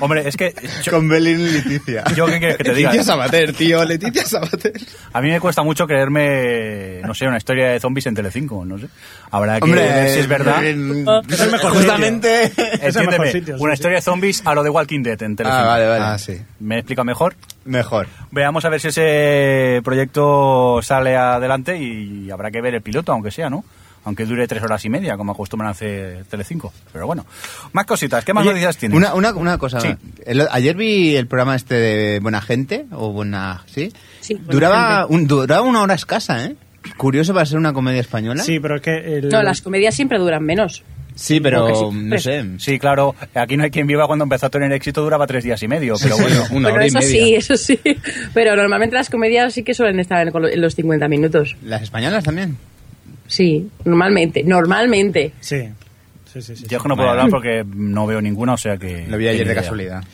Speaker 2: Hombre, es que
Speaker 6: Con Belén y Leticia.
Speaker 2: yo qué quieres que te diga.
Speaker 4: Leticia Sabater, tío, Leticia Sabater.
Speaker 2: A mí me cuesta mucho creerme, no sé, una historia de zombies en Telecinco, no sé. Habrá que ver si es verdad.
Speaker 6: en-
Speaker 5: Es el mejor
Speaker 6: Justamente.
Speaker 5: es el mejor
Speaker 2: Entiéndeme,
Speaker 5: sitio, sí,
Speaker 2: una
Speaker 5: sí.
Speaker 2: historia de zombies a lo de Walking Dead en Telecinco.
Speaker 6: Ah, vale, vale.
Speaker 4: Ah, sí.
Speaker 2: ¿Me explica mejor?
Speaker 6: Mejor.
Speaker 2: Veamos a ver si ese proyecto sale adelante y habrá que ver el piloto, aunque sea, ¿no? Aunque dure tres horas y media, como acostumbran a hacer Telecinco. Pero bueno, más cositas. ¿Qué más noticias tienes?
Speaker 6: Una, una, una cosa.
Speaker 2: Sí.
Speaker 6: El- ayer vi el programa este de Buena Gente, o Buena... ¿Sí?
Speaker 3: Sí, Buena
Speaker 6: duraba, un, duraba una hora escasa, ¿eh? Curioso para ser una comedia española.
Speaker 5: Sí, pero es que... el-
Speaker 3: No, las comedias siempre duran menos.
Speaker 6: Sí, pero
Speaker 3: Supongo que sí.
Speaker 6: no sé.
Speaker 2: Sí, claro, aquí no hay quien viva cuando empezó a tener éxito, duraba tres días y medio, pero bueno.
Speaker 4: una
Speaker 3: Bueno,
Speaker 4: hora y
Speaker 3: eso
Speaker 4: media.
Speaker 3: sí, eso sí. Pero normalmente las comedias sí que suelen estar en colo- en los 50 minutos.
Speaker 6: Las españolas también.
Speaker 3: Sí, normalmente. Normalmente.
Speaker 5: Sí. Sí, sí, sí.
Speaker 2: Yo es que no puedo hablar porque no veo ninguna, o sea que...
Speaker 6: Lo vi ayer
Speaker 2: ni
Speaker 6: de
Speaker 2: idea.
Speaker 6: casualidad.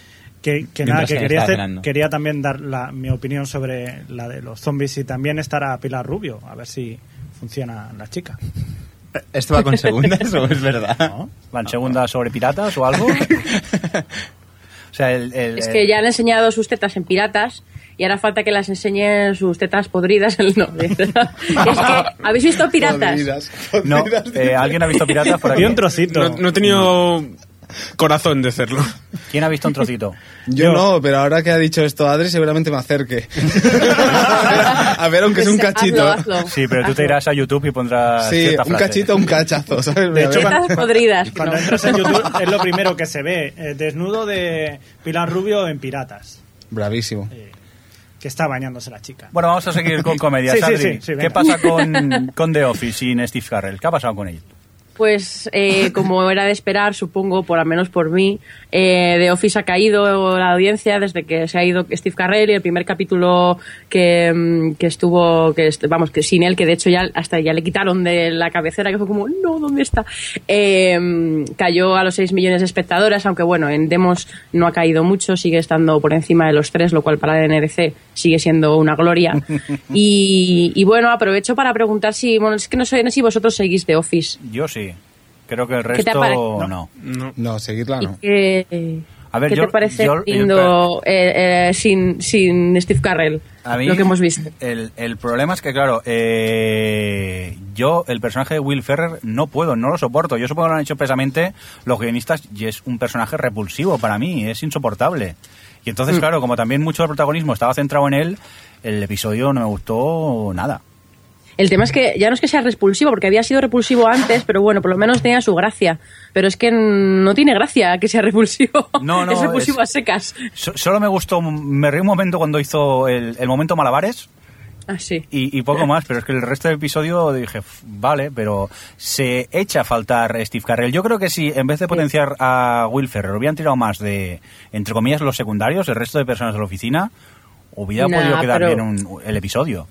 Speaker 5: Que, que
Speaker 6: Mientras
Speaker 5: nada, que
Speaker 6: estaba
Speaker 5: quería, hacer-
Speaker 6: cenando.
Speaker 5: quería también dar la, mi opinión sobre la de los zombies y también estará Pilar Rubio, a ver si funciona la chica.
Speaker 6: ¿Esto va con segundas o es (laughs) verdad?
Speaker 2: ¿Van segunda sobre piratas o
Speaker 6: (laughs)
Speaker 2: algo? o sea, el... el-
Speaker 3: Es que ya han enseñado sus tetas en piratas y ahora falta que las enseñen sus tetas podridas en no. (laughs) es que, ¿Habéis visto (laughs) piratas?
Speaker 4: Podridas,
Speaker 6: (laughs)
Speaker 2: No,
Speaker 4: podridas,
Speaker 2: eh, ¿alguien ha visto piratas por aquí?
Speaker 5: Vi un trocito.
Speaker 7: No, no he tenido corazón de hacerlo.
Speaker 2: ¿Quién ha visto un trocito?
Speaker 4: Yo,
Speaker 5: Yo-
Speaker 4: no, pero ahora que ha dicho esto Adri, seguramente
Speaker 2: (laughs)
Speaker 4: me acerque. a ver, aunque es un
Speaker 3: Pues
Speaker 4: cachito.
Speaker 3: hazlo, hazlo.
Speaker 2: Sí, pero tú te
Speaker 3: Hazlo.
Speaker 2: irás a YouTube y pondrás
Speaker 4: Sí,
Speaker 2: Ah, cierta
Speaker 4: un
Speaker 2: frase.
Speaker 4: cachito, un cachazo, ¿sabes? Voy a
Speaker 5: hecho,
Speaker 4: ver.
Speaker 5: cuando-
Speaker 3: Tetas podridas.
Speaker 5: Cuando
Speaker 3: no.
Speaker 5: entras en YouTube es lo primero que se ve, eh, desnudo de Pilar Rubio en Piratas,
Speaker 4: Bravísimo.
Speaker 5: que está bañándose la chica.
Speaker 2: Bueno, vamos a seguir con comedias,
Speaker 5: (laughs) Sí, sí,
Speaker 2: Adri.
Speaker 5: sí, sí,
Speaker 2: ¿Qué
Speaker 5: venga. (laughs)
Speaker 2: pasa con, con The Office sin Steve Carrell? ¿Qué ha pasado con él?
Speaker 3: Pues eh, como era de esperar, supongo, por al menos por mí, eh, The Office ha caído la audiencia desde que se ha ido Steve Carrell y el primer capítulo que, mm, que estuvo, que est- vamos, que sin él, que de hecho ya hasta ya le quitaron de la cabecera, que fue como, no, ¿dónde está? Eh, mm, cayó a los 6 millones de espectadoras, aunque bueno, en Demos no ha caído mucho, sigue estando por encima de los 3, lo cual para la NRC sigue siendo una gloria. Y, y bueno, aprovecho para preguntar si, bueno, es que no sé no sé si vosotros seguís The Office.
Speaker 2: Yo sí. Creo que el
Speaker 3: ¿Qué te
Speaker 2: resto
Speaker 3: apare-
Speaker 2: no.
Speaker 7: No.
Speaker 4: No, seguirla
Speaker 3: ¿Y
Speaker 4: no.
Speaker 3: qué,
Speaker 2: Ah, A ver,
Speaker 3: qué
Speaker 2: yo-
Speaker 3: te parece
Speaker 2: yo- yo-
Speaker 3: lindo eh, eh, sin, sin Steve Carrell?
Speaker 2: A mí,
Speaker 3: lo que hemos visto.
Speaker 2: El, el problema es que, claro, eh, yo, el personaje de Will Ferrer, no puedo, no lo soporto. Yo supongo que lo han hecho expresamente los guionistas y es un personaje repulsivo para mí, es insoportable. Y entonces,
Speaker 5: Mm.
Speaker 2: claro, como también mucho del protagonismo estaba centrado en él, el episodio no me gustó nada.
Speaker 3: El tema es que ya no es que sea repulsivo, porque había sido repulsivo antes, pero bueno, por lo menos tenía su gracia. Pero es que no tiene gracia que sea repulsivo. (laughs)
Speaker 2: No, no,
Speaker 3: es repulsivo
Speaker 2: es-
Speaker 3: a secas.
Speaker 2: So- solo me gustó, me reí un momento cuando hizo el, el momento Malabares.
Speaker 3: Así.
Speaker 2: y, y poco más, pero es que el resto del episodio dije, "F- vale, pero se echa a faltar Steve Carrell. Yo creo que si en vez de potenciar a Will Ferrell hubieran tirado más de, entre comillas, los secundarios, el resto de personas de la oficina, hubiera
Speaker 3: Nah,
Speaker 2: podido quedar
Speaker 3: pero-
Speaker 2: bien un- el episodio.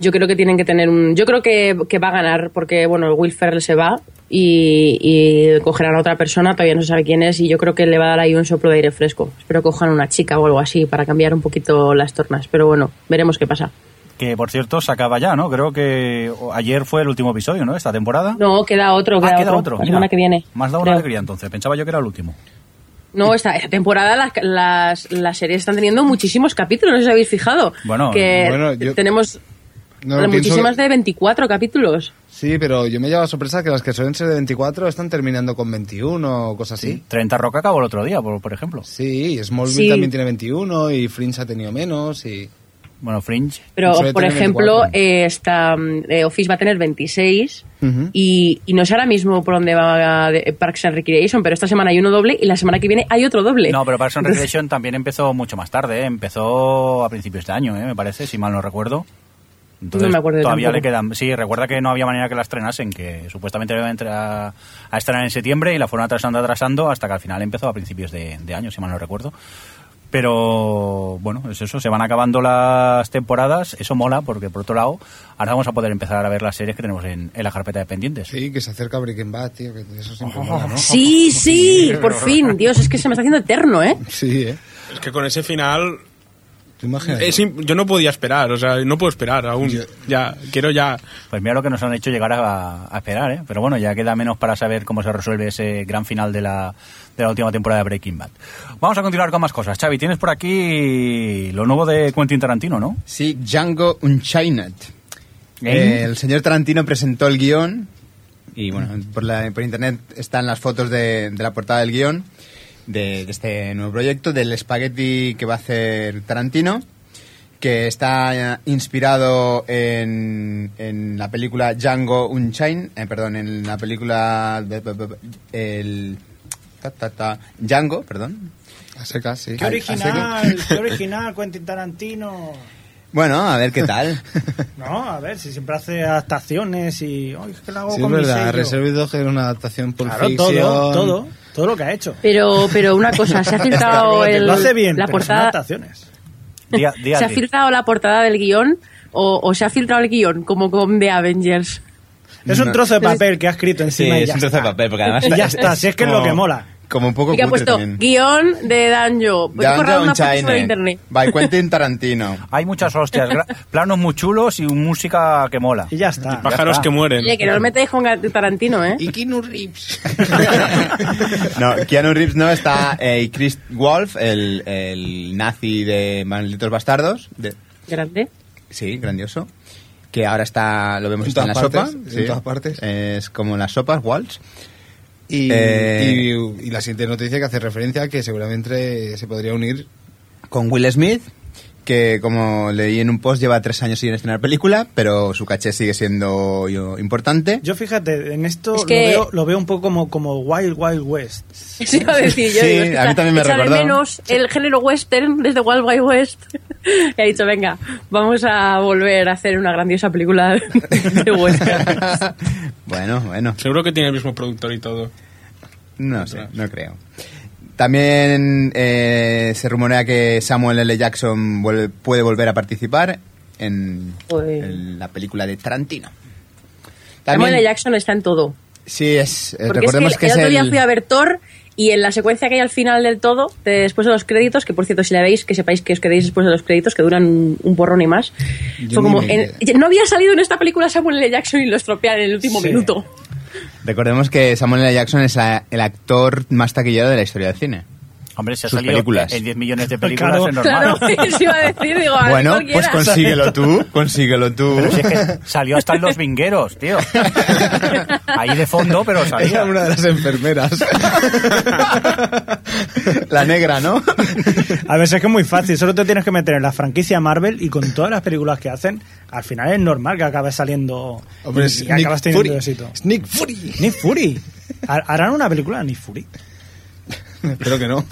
Speaker 3: Yo creo que tienen que tener un. Yo creo que, que va a ganar, porque bueno, Will Ferrell se va y, y cogerán a otra persona, todavía no se sabe quién es, y yo creo que le va a dar ahí un soplo de aire fresco. Espero que cojan una chica o algo así para cambiar un poquito las tornas, pero bueno, veremos qué pasa.
Speaker 2: Que, por cierto, se acaba ya, ¿no? Creo que o- ayer fue el último episodio, ¿no? Esta temporada.
Speaker 3: No, queda otro,
Speaker 2: Ah,
Speaker 3: queda,
Speaker 2: queda
Speaker 3: otro,
Speaker 2: otro.
Speaker 3: la
Speaker 2: mira.
Speaker 3: semana que viene.
Speaker 2: Me has dado una
Speaker 3: creo.
Speaker 2: alegría entonces. Pensaba yo que era el último.
Speaker 3: No, esta, esta temporada las, las, las series están teniendo muchísimos capítulos, no sé si habéis fijado.
Speaker 2: Bueno,
Speaker 3: que
Speaker 4: bueno, yo-
Speaker 3: tenemos
Speaker 4: No, lo pienso-
Speaker 3: muchísimas de 24 capítulos.
Speaker 4: Sí, pero yo me llevo a sorpresa que las que suelen ser de 24 están terminando con 21 o cosas así.
Speaker 2: 30 Rock acabó el otro día, por, por ejemplo.
Speaker 4: Sí, y Smallville
Speaker 3: Sí.
Speaker 4: también tiene 21 y Fringe ha tenido menos y...
Speaker 2: Bueno, Fringe.
Speaker 3: Pero,
Speaker 4: Suele
Speaker 3: por
Speaker 4: tener
Speaker 3: ejemplo,
Speaker 4: 24.
Speaker 3: eh, esta, mm, eh, Office va a tener 26
Speaker 4: Ujú.
Speaker 3: y, y no sé ahora mismo por dónde va de- Parks and Recreation, pero esta semana hay uno doble y la semana que viene hay otro doble.
Speaker 2: No, pero Parks
Speaker 3: (laughs)
Speaker 2: and
Speaker 3: Entonces,
Speaker 2: Recreation también empezó mucho más tarde, ¿eh? empezó a principios de año, ¿eh? me parece, si mal no recuerdo. Entonces,
Speaker 3: No me acuerdo
Speaker 2: todavía
Speaker 3: tampoco.
Speaker 2: le quedan. Sí, recuerda que no había manera que la estrenasen, que supuestamente iba a, entrar- a estrenar en septiembre y la fueron atrasando, atrasando, hasta que al final empezó a principios de, de año, si mal no recuerdo. Pero bueno, es eso, se van acabando las temporadas, eso mola, porque por otro lado, ahora vamos a poder empezar a ver las series que tenemos en, en la carpeta de pendientes.
Speaker 4: Sí, que se acerca Breaking Bad, tío, que eso
Speaker 2: Oh.
Speaker 4: siempre mola, ¿no?
Speaker 3: Sí, sí, por fin. Dios, es que se me está haciendo eterno, ¿eh?
Speaker 4: Sí, ¿eh?
Speaker 7: Es que con ese final.
Speaker 4: Tú imagínate.
Speaker 2: Eh,
Speaker 7: es im- yo no podía esperar, o sea, no puedo esperar aún.
Speaker 4: Yo-
Speaker 7: Ya, quiero ya.
Speaker 2: Pues mira lo que nos han hecho llegar a, a esperar, ¿eh? Pero bueno, ya queda menos para saber cómo se resuelve ese gran final de la, de la última temporada de Breaking Bad. Vamos a continuar con más cosas. Xavi, tienes por aquí lo nuevo de Quentin Tarantino, ¿no?
Speaker 6: Sí, Django Unchained.
Speaker 2: ¿Eh?
Speaker 6: el señor Tarantino presentó el guión y bueno, por, la- por internet están las fotos de, de la portada del guión de, de este nuevo proyecto, del espagueti que va a hacer Tarantino, que está eh, inspirado en, en la película Django Unchained, eh, perdón, en la película de- de- de- el, ta, ta, ta, Django, perdón,
Speaker 4: A secas, sí.
Speaker 5: ¡Qué original! ¡Qué original, (laughs) Quentin Tarantino!
Speaker 6: Bueno, a ver qué (laughs) tal.
Speaker 5: No, a ver, si siempre hace adaptaciones y... ¡Ay, es que lo hago
Speaker 4: Sí, es
Speaker 5: con mi
Speaker 4: verdad.
Speaker 5: sello!
Speaker 4: Reserve Doge era una adaptación por
Speaker 5: Claro, todo, todo, todo lo que ha hecho.
Speaker 3: Pero, pero una cosa, se ha filtrado el-
Speaker 5: lo hace bien,
Speaker 3: la
Speaker 5: pero son
Speaker 3: portada.
Speaker 5: adaptaciones.
Speaker 2: Di
Speaker 3: (laughs)
Speaker 2: a- di a
Speaker 3: ¿Se ha
Speaker 2: ti.
Speaker 3: filtrado la portada del guión o, o se ha filtrado el guión como con The Avengers?
Speaker 5: Es un trozo de papel que ha escrito
Speaker 10: Sí,
Speaker 5: encima y
Speaker 10: es
Speaker 5: ya
Speaker 10: un trozo de
Speaker 5: está.
Speaker 10: papel, porque además
Speaker 5: Y ya está, si es que es lo que mola.
Speaker 6: Como un poco
Speaker 3: Y que ha
Speaker 6: cutre
Speaker 3: puesto
Speaker 6: también.
Speaker 3: guión de Danjo. He borrado
Speaker 6: Dungeon
Speaker 3: una foto
Speaker 6: China,
Speaker 3: de internet.
Speaker 6: By
Speaker 3: (laughs)
Speaker 6: Quentin Tarantino.
Speaker 2: Hay muchas hostias, gra- planos muy chulos y música que mola.
Speaker 5: Y ya está.
Speaker 7: Pájaros
Speaker 2: está.
Speaker 7: que mueren.
Speaker 3: Oye, que no lo metéis con Tarantino, ¿eh?
Speaker 4: Y Keanu Reeves.
Speaker 6: No, Keanu Reeves no está. eh, y Chris Wolf, el, el nazi de Malditos Bastardos. de-
Speaker 3: Grande.
Speaker 6: sí, grandioso. Que ahora está, lo vemos
Speaker 4: En
Speaker 6: está en la
Speaker 4: todas
Speaker 6: sopa.
Speaker 4: partes,
Speaker 6: sí.
Speaker 4: en todas partes.
Speaker 6: Es como en las sopas, Waltz.
Speaker 4: Y,
Speaker 6: Eh.
Speaker 4: y- y la siguiente noticia que hace referencia a que seguramente se podría unir
Speaker 6: Con Will Smith, que, como leí en un post, lleva tres años sin estrenar película, pero su caché sigue siendo yo, importante.
Speaker 5: Yo fíjate, en esto
Speaker 3: Es
Speaker 5: lo,
Speaker 3: que-
Speaker 5: veo, lo veo un poco como, como Wild Wild West.
Speaker 3: (laughs)
Speaker 4: (laughs)
Speaker 3: Sí, iba a decir yo.
Speaker 6: Sí,
Speaker 3: digo, es que
Speaker 6: a mí
Speaker 3: echa-
Speaker 6: también me
Speaker 3: echa de
Speaker 6: recordó.
Speaker 3: menos el género western desde Wild Wild West. (laughs) y ha dicho, venga, vamos a volver a hacer una grandiosa película (laughs) de western.
Speaker 6: (laughs) bueno, bueno.
Speaker 7: Seguro que tiene el mismo productor y todo.
Speaker 6: No sé, no creo. También eh, se rumorea que Samuel L. Jackson vuelve- puede volver a participar en,
Speaker 3: Joder.
Speaker 6: en la película de Tarantino.
Speaker 3: Samuel L. Jackson está en todo.
Speaker 6: Sí, es, eh,
Speaker 3: Porque es que,
Speaker 6: recordemos
Speaker 3: el,
Speaker 6: que,
Speaker 3: el
Speaker 6: es
Speaker 3: otro día
Speaker 6: el-
Speaker 3: fui a ver Thor y en la secuencia que hay al final del todo, de- después de los créditos, que por cierto, si la veis, que sepáis que os quedéis después de los créditos, que duran un, un porrón y más.
Speaker 4: Yo
Speaker 3: Fue
Speaker 4: ni
Speaker 3: como,
Speaker 4: me-
Speaker 3: en- no había salido en esta película Samuel L. Jackson y lo estropean en el último
Speaker 5: Sí.
Speaker 3: minuto.
Speaker 6: Recordemos que Samuel L. Jackson es la- el actor más taquillero de la historia del cine.
Speaker 2: Hombre, se ha
Speaker 6: Sus
Speaker 2: salido
Speaker 6: películas.
Speaker 2: en 10 millones de películas,
Speaker 5: Claro.
Speaker 2: es normal.
Speaker 3: Claro, (laughs) eso iba a decir, digo, a ver
Speaker 6: bueno, pues
Speaker 3: (laughs) cualquiera.
Speaker 4: (laughs)
Speaker 6: consíguelo tú, consíguelo tú.
Speaker 2: Pero si es que salió hasta en los vingueros,
Speaker 3: (laughs)
Speaker 2: tío. Ahí de fondo, pero
Speaker 4: Era
Speaker 6: (laughs)
Speaker 2: salía.
Speaker 4: una de las enfermeras.
Speaker 6: La negra, ¿no?
Speaker 5: A veces es que es muy fácil, solo te tienes que meter en la franquicia Marvel y con todas las películas que hacen, al final es normal que acabes saliendo
Speaker 4: Hombre,
Speaker 5: y, y
Speaker 4: Nick
Speaker 5: acabas teniendo
Speaker 4: Fury.
Speaker 5: éxito.
Speaker 4: Nick Fury. (laughs)
Speaker 5: Ni Fury. Ha- ¿Harán una película de Nick Fury?
Speaker 4: Espero que no.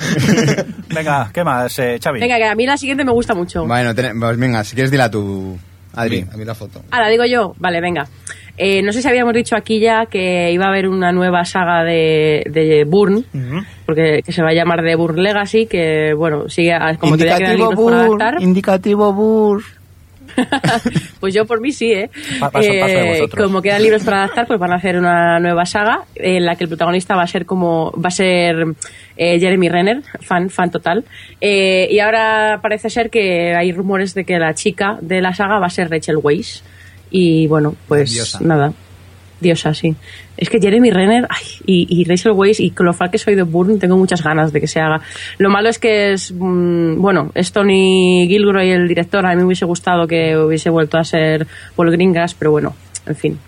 Speaker 2: Venga, ¿qué más, eh, Xavi?
Speaker 3: Venga, que a mí la siguiente me gusta mucho.
Speaker 6: bueno, ten- pues venga, si quieres dila tú, Adri.
Speaker 4: A mí la foto.
Speaker 3: Ah, la digo yo. Vale, venga. Eh, no sé si habíamos dicho aquí ya que iba a haber una nueva saga de, de Burn,
Speaker 5: Ujú.
Speaker 3: porque que se va a llamar The Burn Legacy, que bueno, sigue a- como tenía que dar libros por adaptar. (laughs)
Speaker 6: indicativo Burr.
Speaker 3: pues yo por mí sí, ¿eh?
Speaker 2: Pa- paso- paso de vosotros.
Speaker 3: como quedan libros para adaptar, pues van a hacer una nueva saga en la que el protagonista va a ser como va a ser eh, Jeremy Renner, fan fan total. Eh, y ahora parece ser que hay rumores de que la chica de la saga va a ser Rachel Weisz y bueno, pues
Speaker 6: Diosa.
Speaker 3: nada. Diosa, sí. Es que Jeremy Renner ay, y, y Rachel Weisz y con lo fan que soy de Burn tengo muchas ganas de que se haga. Lo malo es que es, mm, bueno, es Tony Gilroy el director, a mí me hubiese gustado que hubiese vuelto a ser Paul Greengrass, pero bueno, en fin.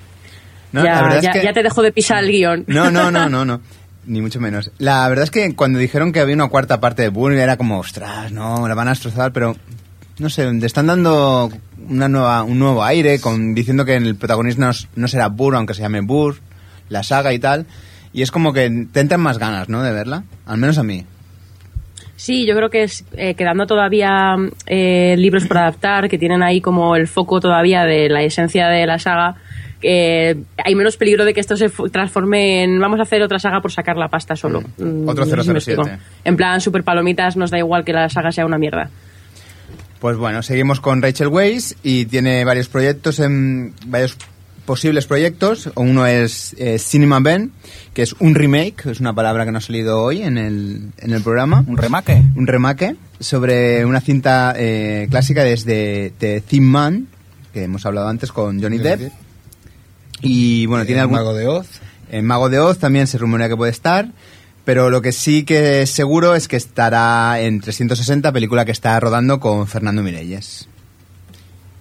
Speaker 6: No, la
Speaker 3: ya,
Speaker 6: verdad
Speaker 3: ya-
Speaker 6: es que...
Speaker 3: ya te dejo de pisar el guión. (laughs)
Speaker 6: No, no, no, no, no. Ni mucho menos. La verdad es que cuando dijeron que había una cuarta parte de Burn era como, ostras, no, la van a destrozar, pero no sé, le están dando una nueva, un nuevo aire, con, diciendo que el protagonista no, es- no será Burr, aunque se llame Burr, la saga y tal. Y es como que te entran más ganas, ¿no? De verla. Al menos a mí.
Speaker 3: Sí, yo creo que es eh, quedando todavía eh, libros para adaptar, que tienen ahí como el foco todavía de la esencia de la saga, que hay menos peligro de que esto se fu- transforme en vamos a hacer otra saga por sacar la pasta solo. Mm,
Speaker 6: Otro
Speaker 3: no sé si me
Speaker 6: 007.
Speaker 3: explico. En plan, super palomitas, nos da igual que la saga sea una mierda.
Speaker 6: Pues bueno, seguimos con Rachel Weisz y tiene varios proyectos, en, varios posibles proyectos. Uno es eh, Cinema Ben, que es un remake, es una palabra que no ha salido hoy en el, en el programa.
Speaker 2: ¿Un remake?
Speaker 6: Un remake sobre una cinta eh, clásica desde The Thin Man, que hemos hablado antes con Johnny Depp. Eh, Y bueno, tiene
Speaker 4: el
Speaker 6: algún...
Speaker 4: mago de Oz.
Speaker 6: En Mago de Oz también se rumorea que puede estar, pero lo que sí que es seguro es que estará en 360, película que está rodando con Fernando Mirelles.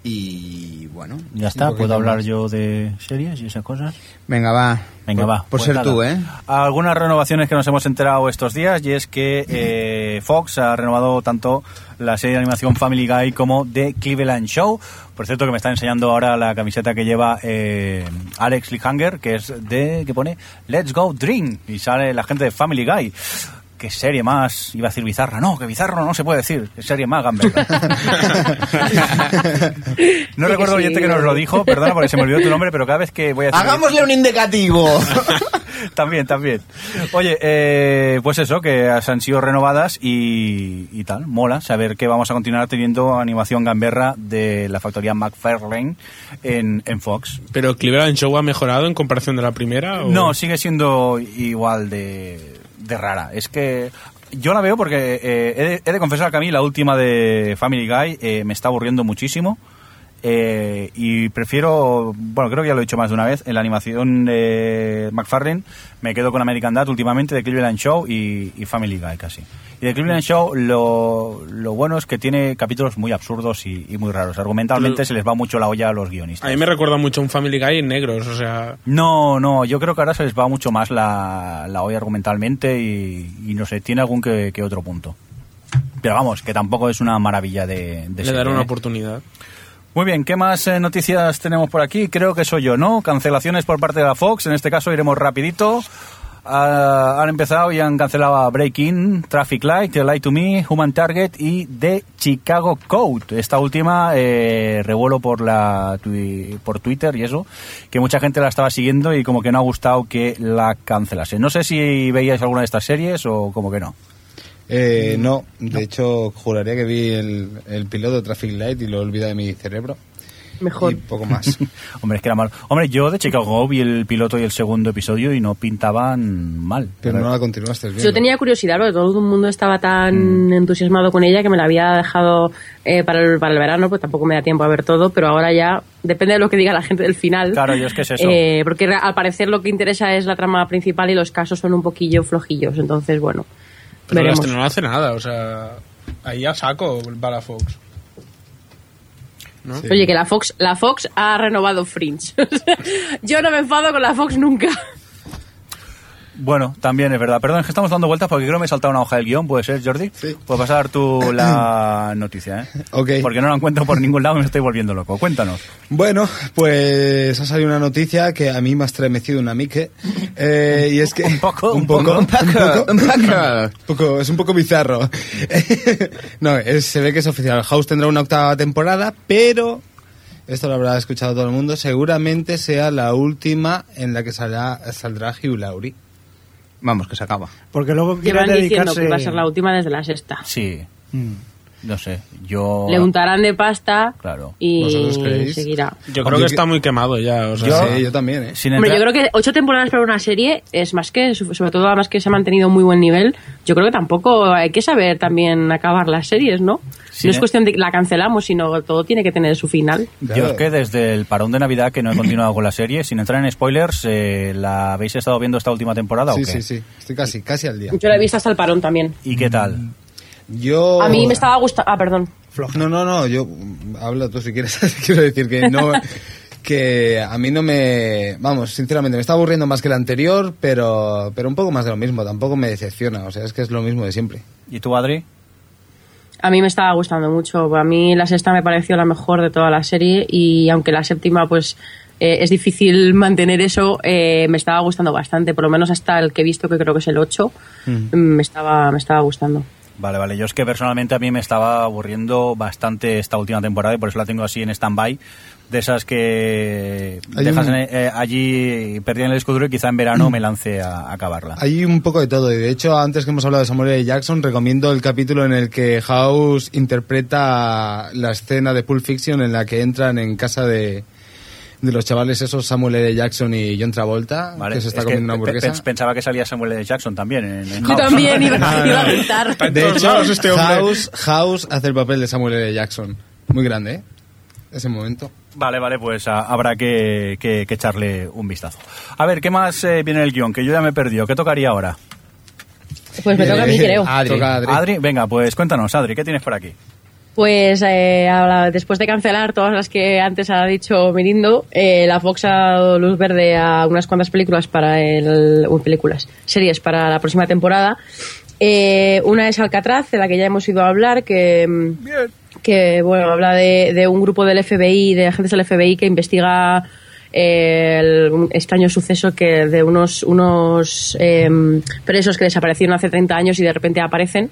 Speaker 6: Y bueno,
Speaker 2: Ya está, ¿puedo hablar yo de series y esas cosas?
Speaker 6: venga, va.
Speaker 2: Venga,
Speaker 6: Por-
Speaker 2: va.
Speaker 6: Por
Speaker 2: pues
Speaker 6: ser
Speaker 2: nada.
Speaker 6: tú, ¿eh?
Speaker 2: Algunas renovaciones que nos hemos enterado estos días y es que eh, Fox ha renovado tanto la serie de animación Family Guy como The Cleveland Show. Por cierto, que me está enseñando ahora la camiseta que lleva eh, Alex Lihanger, que es de, que pone Let's Go Drink y sale la gente de Family Guy. Qué serie más, iba a decir bizarra, no, que bizarro no se puede decir, qué serie más
Speaker 3: (laughs)
Speaker 2: gamberra. no
Speaker 3: que
Speaker 2: recuerdo el
Speaker 3: sí.
Speaker 2: oyente que nos lo dijo, perdona porque se me olvidó tu nombre, pero cada vez que voy a decir
Speaker 6: ¡Hagámosle un indicativo! (laughs)
Speaker 2: (laughs) también, también. Oye, eh, pues eso, que as- han sido renovadas y, y tal. Mola saber que vamos a continuar teniendo animación gamberra de la factoría McFarlane en, en Fox.
Speaker 7: ¿Pero Cleveland Show ha mejorado en comparación de la primera? o-
Speaker 2: No, sigue siendo igual de, de rara. Es que yo la veo porque eh, he, de, he de confesar que a mí la última de Family Guy eh, me está aburriendo muchísimo. eh, y prefiero, bueno, creo que ya lo he dicho más de una vez, en la animación de McFarlane me quedo con American Dad últimamente, de Cleveland Show y, y Family Guy casi. Y de Cleveland Show lo, lo bueno es que tiene capítulos muy absurdos y, y muy raros. Argumentalmente
Speaker 7: Lo-
Speaker 2: se les va mucho la olla a los guionistas.
Speaker 7: A mí me recuerda mucho a un Family Guy en negros, o sea...
Speaker 2: No, no, yo creo que ahora se les va mucho más la, la olla argumentalmente y, y no sé, tiene algún que, que otro punto. Pero vamos, que tampoco es una maravilla de, de
Speaker 7: Le
Speaker 2: serie,
Speaker 7: daré una
Speaker 2: ¿eh?
Speaker 7: oportunidad.
Speaker 2: Muy bien, ¿qué más eh, noticias tenemos por aquí? Creo que soy yo, ¿no? Cancelaciones por parte de la Fox, en este caso iremos rapidito. Ah, han empezado y han cancelado a Breaking, Traffic Light, The Light to Me, Human Target y The Chicago Code. Esta última eh, revuelo por la twi- por Twitter y eso, que mucha gente la estaba siguiendo y como que no ha gustado que la cancelase. No sé si veíais alguna de estas series o como que no.
Speaker 4: Eh, no, de hecho juraría que vi el, el piloto de Traffic Light y lo olvidé de mi cerebro.
Speaker 3: Mejor.
Speaker 4: Y poco más.
Speaker 2: Hombre, es que era malo. Hombre, yo de Chicago Code vi el piloto y el segundo episodio y no pintaban mal.
Speaker 4: Pero no la continuaste viendo.
Speaker 3: Yo tenía curiosidad porque todo el mundo estaba tan
Speaker 2: Mm.
Speaker 3: entusiasmado con ella que me la había dejado eh, para, el, para el verano, pues tampoco me da tiempo a ver todo, pero ahora ya depende de lo que diga la gente del final.
Speaker 2: Claro, yo es que es eso.
Speaker 3: Eh, porque re- al parecer lo que interesa es la trama principal y los casos son un poquillo flojillos, entonces bueno,
Speaker 7: Pero la
Speaker 3: veremos.
Speaker 7: estrenó hace nada, o sea. Ahí ya saco para la Fox.
Speaker 4: Sí.
Speaker 3: Oye, que la Fox, la Fox ha renovado Fringe. (laughs) O sea, Yo no me enfado con la Fox nunca.
Speaker 2: Bueno, también es verdad. Perdón, es que estamos dando vueltas porque creo que me he saltado una hoja del guión, ¿puede ser, Jordi?
Speaker 4: Sí.
Speaker 2: Puedes pasar
Speaker 4: (clears throat)
Speaker 2: tú la noticia, ¿eh?
Speaker 4: Ok.
Speaker 2: Porque no la encuentro por ningún lado y me estoy volviendo loco. Cuéntanos.
Speaker 4: Bueno, pues ha salido una noticia que a mí me ha estremecido una mique. eh, y es que...
Speaker 2: Un poco, un
Speaker 4: poco,
Speaker 2: poco.
Speaker 4: un poco,
Speaker 6: Un poco.
Speaker 4: poco, es un poco bizarro. (laughs) no, es- se ve que es oficial. House tendrá una octava temporada, pero... Esto lo habrá escuchado todo el mundo. Seguramente sea la última en la que saldrá, saldrá Hugh Laurie.
Speaker 6: Vamos, que se acaba.
Speaker 5: Porque luego quiere
Speaker 3: Llevan diciendo
Speaker 5: dedicarse...
Speaker 3: que va a ser la última desde la sexta.
Speaker 2: Sí,
Speaker 5: Mm.
Speaker 2: no sé. Yo.
Speaker 3: Le untarán de pasta
Speaker 2: Oh. Claro.
Speaker 3: y
Speaker 4: ¿Vosotros creéis?
Speaker 3: seguirá.
Speaker 7: Yo
Speaker 4: Hombre,
Speaker 7: creo que
Speaker 4: yo-
Speaker 7: está muy quemado ya, o sea.
Speaker 4: Sí, yo también, ¿eh?
Speaker 2: Sin
Speaker 3: Hombre,
Speaker 2: entrar-
Speaker 3: yo creo que ocho temporadas para una serie es más que, sobre todo además que se ha mantenido muy buen nivel, yo creo que tampoco hay que saber también acabar las series, ¿no?
Speaker 2: Sí,
Speaker 3: no es
Speaker 2: ¿eh?
Speaker 3: cuestión de que la cancelamos, sino todo tiene que tener su final.
Speaker 2: Yo es que desde el parón de Navidad que no he continuado con la serie, sin entrar en spoilers, eh, ¿la habéis estado viendo esta última temporada
Speaker 4: Sí,
Speaker 2: o qué?
Speaker 4: sí, Mm. sí. Estoy casi, casi al día.
Speaker 3: Yo la he visto hasta el parón también.
Speaker 2: ¿Y qué tal?
Speaker 4: Yo...
Speaker 3: A mí me estaba gustando... Ah, perdón.
Speaker 4: No, no, no, yo mm, habla tú si quieres. (laughs) Quiero decir que no que a mí no me, vamos, sinceramente me está aburriendo más que el anterior, pero pero un poco más de lo mismo, tampoco me decepciona, o sea, es que es lo mismo de siempre.
Speaker 2: ¿Y tú, Adri?
Speaker 3: A mí me estaba gustando mucho. A mí la sexta me pareció la mejor de toda la serie y aunque la séptima pues eh, es difícil (laughs) mantener eso, eh, me estaba gustando bastante, por lo menos hasta el que he visto que creo que es el 8,
Speaker 2: Mm.
Speaker 3: me, estaba, me estaba gustando.
Speaker 2: Vale, vale. Yo es que personalmente a mí me estaba aburriendo bastante esta última temporada y por eso la tengo así en stand-by. De esas que
Speaker 4: Hay
Speaker 2: dejas
Speaker 4: un-
Speaker 2: en- eh, allí perdida en el disco duro y quizá en verano me lance a, a acabarla.
Speaker 4: Hay un poco de todo, y de hecho, antes que hemos hablado de Samuel L. Jackson, recomiendo el capítulo en el que House interpreta la escena de Pulp Fiction en la que entran en casa de, de los chavales esos Samuel L. Jackson y John Travolta,
Speaker 2: Vale,
Speaker 4: que se está
Speaker 2: es que
Speaker 4: comiendo una
Speaker 2: pe-
Speaker 4: hamburguesa.
Speaker 2: pe- pensaba que salía Samuel L. Jackson también. en- en
Speaker 3: Yo
Speaker 2: House.
Speaker 4: (laughs)
Speaker 3: también iba,
Speaker 4: No, no,
Speaker 3: iba a
Speaker 4: no.
Speaker 3: gritar.
Speaker 4: De
Speaker 7: todos
Speaker 4: hecho,
Speaker 7: lados este hombre.
Speaker 4: House, House hace el papel de Samuel L. Jackson. Muy grande, ¿eh? Ese momento.
Speaker 2: (laughs) Vale, vale, pues a- habrá que, que- que echarle un vistazo. A ver, ¿qué más eh, viene en el guión? Que yo ya me he perdido. ¿Qué tocaría ahora?
Speaker 3: Pues me toca a mí,
Speaker 4: Eh,
Speaker 3: creo.
Speaker 4: Adri. Toca a Adri.
Speaker 2: Adri, venga, pues cuéntanos, Adri, ¿qué tienes por aquí?
Speaker 3: Pues eh, ahora, después de cancelar todas las que antes ha dicho Mirindo, eh, la Fox ha dado luz verde a unas cuantas películas para el. uy, películas, series para la próxima temporada. Eh, una es Alcatraz, de la que ya hemos ido a hablar, que. mm, que bueno, habla de, de un grupo del FBI, de agentes del FBI que investiga eh, el- un extraño suceso que de unos, unos em, presos que desaparecieron hace 30 años y de repente aparecen,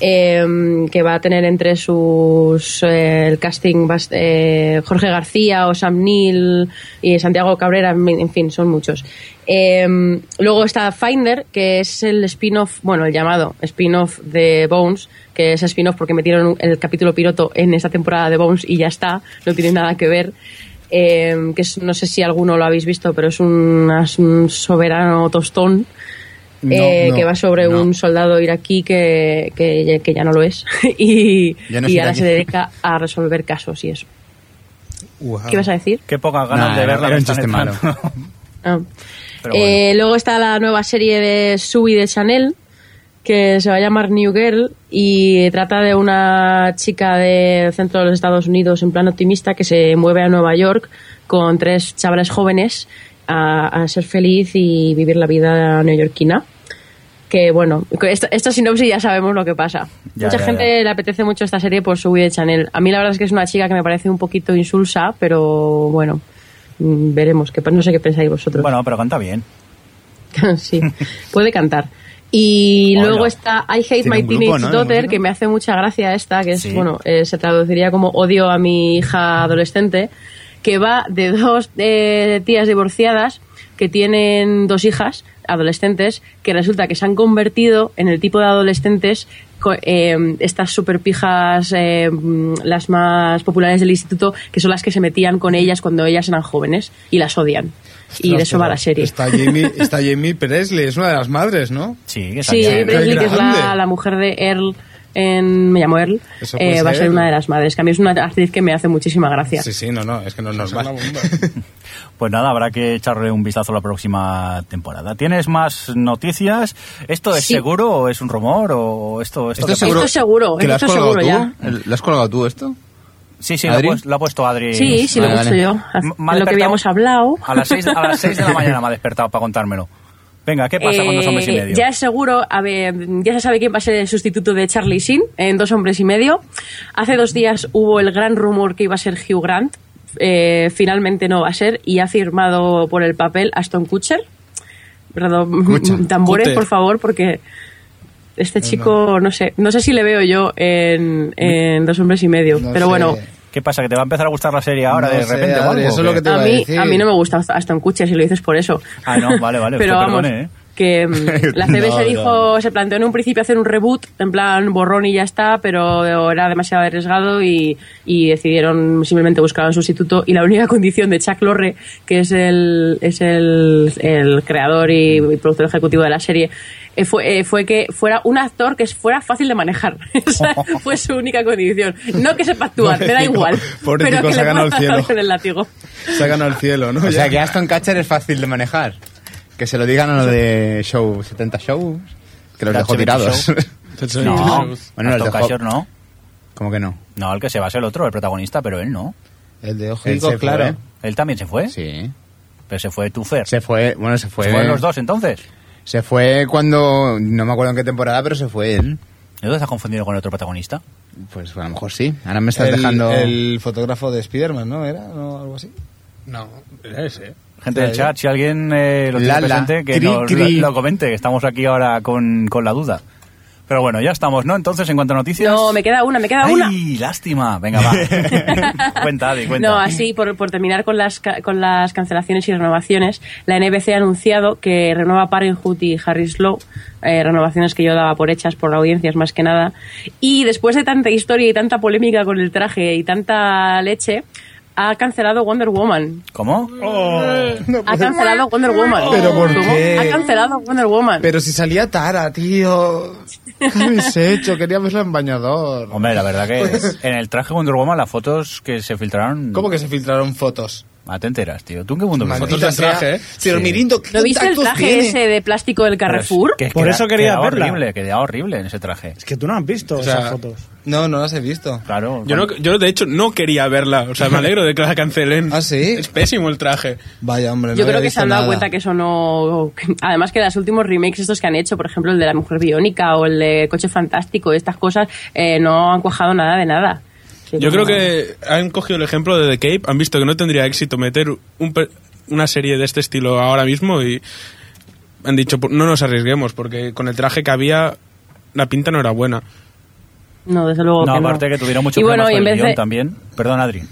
Speaker 3: em, que va a tener entre sus eh, el casting bas- eh, Jorge García o Sam Neill y Santiago Cabrera, en en fin, son muchos. Em, luego está Finder, que es el spin-off, bueno, el llamado spin-off de Bones, que es spin-off porque metieron el capítulo piloto en esta temporada de Bones y ya está, no tiene nada que ver. Eh, que es- no sé si alguno lo habéis visto, pero es un, as- un soberano tostón eh,
Speaker 4: No, no,
Speaker 3: que va sobre
Speaker 4: no.
Speaker 3: un soldado iraquí que, que ya- que ya no lo es (laughs) y,
Speaker 6: Ya no es
Speaker 3: y ahora
Speaker 6: iraquí.
Speaker 3: se dedica a resolver casos y eso.
Speaker 4: Wow.
Speaker 3: ¿Qué vas a decir?
Speaker 2: Qué pocas ganas
Speaker 6: Nah,
Speaker 2: de
Speaker 6: era-
Speaker 2: verla.
Speaker 6: era
Speaker 2: me
Speaker 6: un
Speaker 2: están
Speaker 6: chiste malo.
Speaker 2: entrando.
Speaker 3: Ah.
Speaker 2: (laughs) Pero bueno.
Speaker 3: Eh, luego está la nueva serie de Sui de Chanel, que se va a llamar New Girl y trata de una chica del centro de los Estados Unidos en plan optimista que se mueve a Nueva York con tres chavales jóvenes a, a ser feliz y vivir la vida neoyorquina. que bueno, que esto, esta sinopsis ya sabemos lo que pasa.
Speaker 2: Ya,
Speaker 3: Mucha
Speaker 2: ya,
Speaker 3: gente
Speaker 2: ya.
Speaker 3: le apetece mucho esta serie por su de Chanel. A mí la verdad es que es una chica que me parece un poquito insulsa, pero bueno, mm, veremos, que no sé qué pensáis vosotros.
Speaker 2: Bueno, pero canta bien.
Speaker 3: (laughs) sí, puede cantar. Y
Speaker 2: Hola.
Speaker 3: luego está I Hate
Speaker 6: Tiene
Speaker 3: My
Speaker 6: un grupo,
Speaker 3: Teenage
Speaker 6: ¿no? de
Speaker 3: Daughter,
Speaker 6: música.
Speaker 3: que me hace mucha gracia esta, que es,
Speaker 2: Sí.
Speaker 3: bueno, eh, se traduciría como odio a mi hija adolescente, que va de dos eh, tías divorciadas que tienen dos hijas adolescentes, que resulta que se han convertido en el tipo de adolescentes, co- eh, estas superpijas, eh, mm, las más populares del instituto, que son las que se metían con ellas cuando ellas eran jóvenes y las odian. Y de eso va la serie.
Speaker 4: Está Jamie, está Jamie Presley, es una de las madres, ¿no?
Speaker 2: Sí, que
Speaker 3: Sí,
Speaker 2: salía-
Speaker 4: Qué
Speaker 3: Presley, que es la,
Speaker 4: grande.
Speaker 3: la mujer de Earl, en, me llamo Earl,
Speaker 4: Eso
Speaker 3: eh,
Speaker 4: puede
Speaker 3: va a
Speaker 4: ser.
Speaker 3: ser una de las madres, que a mí es una actriz que me hace muchísima gracia.
Speaker 4: Sí, sí, no, no, es que no es normal.
Speaker 2: Pues nada, habrá que echarle un vistazo a la próxima temporada. ¿Tienes más noticias? ¿Esto es
Speaker 3: Sí.
Speaker 2: seguro o es un rumor o esto, esto,
Speaker 6: Esto
Speaker 2: qué
Speaker 6: es seguro.
Speaker 3: Esto seguro,
Speaker 6: ¿Que lo has
Speaker 3: esto
Speaker 6: colgado tú?
Speaker 3: seguro
Speaker 6: ¿Lo has colgado tú esto?
Speaker 2: pasa? Sí, sí, lo, ha
Speaker 6: ¿Adri?
Speaker 2: pu- lo ha puesto Adri.
Speaker 3: Sí, sí, lo he
Speaker 6: Vale,
Speaker 3: visto
Speaker 6: vale.
Speaker 3: yo.
Speaker 2: Eh, M- me ha
Speaker 3: lo
Speaker 2: despertado-
Speaker 3: que habíamos hablado.
Speaker 2: A las 6 de
Speaker 3: (laughs)
Speaker 2: la mañana me ha despertado para contármelo. Venga, ¿qué pasa con dos hombres y
Speaker 3: Eh,
Speaker 2: medio?
Speaker 3: Ya es seguro, a ver, ya se sabe quién va a ser el sustituto de Charlie Sheen en Dos Hombres y Medio. Hace dos días hubo el gran rumor que iba a ser Hugh Grant. Eh, finalmente no va a ser y ha firmado por el papel Aston Kutcher. Perdón,
Speaker 6: Kutcher.
Speaker 3: (laughs) tambores,
Speaker 4: Kutcher.
Speaker 3: por favor, porque este chico, no. sé, no sé si le veo yo en, en Dos Hombres y Medio,
Speaker 4: No
Speaker 3: pero
Speaker 4: sé.
Speaker 3: bueno.
Speaker 2: ¿Qué pasa? ¿Que te va a empezar a gustar la serie ahora
Speaker 4: No
Speaker 2: de
Speaker 4: sé,
Speaker 2: repente? o
Speaker 4: Adri,
Speaker 2: algo,
Speaker 4: eso es
Speaker 2: o
Speaker 4: lo
Speaker 2: qué?
Speaker 4: que te iba
Speaker 3: A
Speaker 4: a
Speaker 3: mí,
Speaker 4: decir.
Speaker 3: a mí no me gusta Aston Kutcher si lo dices por eso.
Speaker 2: Ah, no, vale,
Speaker 3: (laughs)
Speaker 2: vale,
Speaker 3: Pero
Speaker 2: usted
Speaker 3: vamos,
Speaker 2: perdone, ¿eh?
Speaker 3: que mm, la CB se dijo, se planteó en un principio hacer un reboot, en plan borrón y ya está, pero era demasiado arriesgado y, y decidieron simplemente buscar un sustituto. Y la única (laughs) condición de Chuck Lorre, que es el, es el, el creador y, y productor ejecutivo de la serie, eh, fue, eh, fue que fuera un actor que fuera fácil de manejar. (laughs) Esa fue su única condición. No que sepa actuar, me da
Speaker 4: Pobrecito,
Speaker 3: igual.
Speaker 4: pobrecito,
Speaker 3: pero que
Speaker 4: se ha
Speaker 3: le
Speaker 4: ganado el
Speaker 3: pueda (laughs) dar
Speaker 4: cielo.
Speaker 3: con el látigo.
Speaker 4: Se ha ganado el cielo, ¿no?
Speaker 6: O sea
Speaker 4: Ya.
Speaker 6: que Aston Catcher es fácil de manejar. Que se lo digan a lo de Show 70 Shows, que los
Speaker 2: Catch
Speaker 6: dejó
Speaker 2: 70
Speaker 6: (laughs) tirados.
Speaker 2: Show. No,
Speaker 6: Bueno,
Speaker 2: Aston
Speaker 6: los dejó-
Speaker 2: Kutcher no.
Speaker 6: ¿Cómo que no?
Speaker 2: No, el que se va es el otro, el protagonista, pero él no.
Speaker 4: El de
Speaker 6: Él
Speaker 4: Ojico,
Speaker 6: se fue.
Speaker 4: claro.
Speaker 2: Él también se fue,
Speaker 6: ¿eh? Sí.
Speaker 2: pero se fue Tufer.
Speaker 6: Se fue, bueno, se fue.
Speaker 2: ¿Se fueron los dos entonces?
Speaker 6: Se fue cuando, no me acuerdo en qué temporada, pero se fue él.
Speaker 2: ¿No te has confundido con el otro protagonista?
Speaker 6: Pues a lo mejor sí. Ahora me estás
Speaker 4: el,
Speaker 6: dejando...
Speaker 4: el fotógrafo de Spiderman, ¿no? ¿Era? ¿No? ¿Algo
Speaker 3: (laughs)
Speaker 4: así?
Speaker 7: No, eh. era ese.
Speaker 2: Gente del chat, si alguien eh, lo tiene
Speaker 6: Lala,
Speaker 2: presente, que
Speaker 6: cri,
Speaker 2: nos lo,
Speaker 6: cri.
Speaker 2: lo comente, que estamos aquí ahora con, con la duda. Pero bueno, ya estamos, ¿no? Entonces, en cuanto a noticias...
Speaker 3: No, me queda una, me queda
Speaker 2: ¡Ay,
Speaker 3: una.
Speaker 2: lástima! Venga,
Speaker 3: (laughs)
Speaker 2: va. cuenta, Adi, cuenta.
Speaker 3: No, así, por, por terminar con las, ca- con las cancelaciones y renovaciones, la NBC ha anunciado que renueva Parenthood y Harris Law, eh, renovaciones que yo daba por hechas por audiencias más que nada. Y después de tanta historia y tanta polémica con el traje y tanta leche, ha cancelado Wonder Woman.
Speaker 2: ¿Cómo?
Speaker 5: Oh.
Speaker 3: Ha cancelado Wonder Woman.
Speaker 4: ¿Pero por
Speaker 3: ¿Cómo?
Speaker 4: qué?
Speaker 3: Ha cancelado Wonder Woman.
Speaker 4: Pero si salía Tara, tío.
Speaker 3: (laughs)
Speaker 4: ¿Qué habéis hecho? Quería verla en bañador.
Speaker 2: Hombre, la verdad
Speaker 3: Pues-
Speaker 2: que en el traje Wonder Woman las fotos que se filtraron...
Speaker 4: ¿Cómo que se filtraron fotos?
Speaker 2: Ah, te enteras, tío. ¿Tú en qué mundo vives?
Speaker 4: Maldita
Speaker 7: del
Speaker 4: sea.
Speaker 7: traje, ¿eh?
Speaker 4: Pero
Speaker 2: Sí.
Speaker 4: mirindo, ¿qué
Speaker 3: ¿Lo viste el
Speaker 4: tactos
Speaker 3: traje
Speaker 4: tiene?
Speaker 3: ese de plástico del
Speaker 2: Pero es
Speaker 3: Carrefour?
Speaker 2: que-
Speaker 5: Por
Speaker 2: queda-
Speaker 5: eso quería
Speaker 2: quedaba
Speaker 5: verla.
Speaker 2: horrible, quedaba horrible en ese traje.
Speaker 5: Es que tú no has visto
Speaker 4: O sea,
Speaker 5: esas fotos.
Speaker 4: No, no las he visto.
Speaker 2: Claro.
Speaker 7: Yo, no, yo, de hecho, no quería verla. O sea, me alegro de que la cancelen.
Speaker 4: ¿Ah, sí?
Speaker 7: Es pésimo el traje.
Speaker 4: Vaya, hombre, no
Speaker 3: Yo creo
Speaker 4: había
Speaker 3: que
Speaker 4: visto
Speaker 3: se han dado
Speaker 4: nada.
Speaker 3: cuenta que eso no. Además, que los últimos remakes, estos que han hecho, por ejemplo, el de La Mujer Biónica o el de Coche Fantástico, estas cosas, eh, no han cuajado nada de nada. Sí,
Speaker 7: Yo creo
Speaker 3: como-
Speaker 7: que han cogido el ejemplo de The Cape, han visto que no tendría éxito meter un per- una serie de este estilo ahora mismo y han dicho, "Pu- no nos arriesguemos, porque con el traje que había, la pinta no era buena.
Speaker 3: No, desde luego.
Speaker 2: No,
Speaker 3: que no.
Speaker 2: aparte que tuvieron muchos
Speaker 3: Y bueno,
Speaker 2: problemas
Speaker 3: y
Speaker 2: con
Speaker 3: en
Speaker 2: el
Speaker 3: vez
Speaker 2: guión
Speaker 3: de-
Speaker 2: también. Perdón, Adri.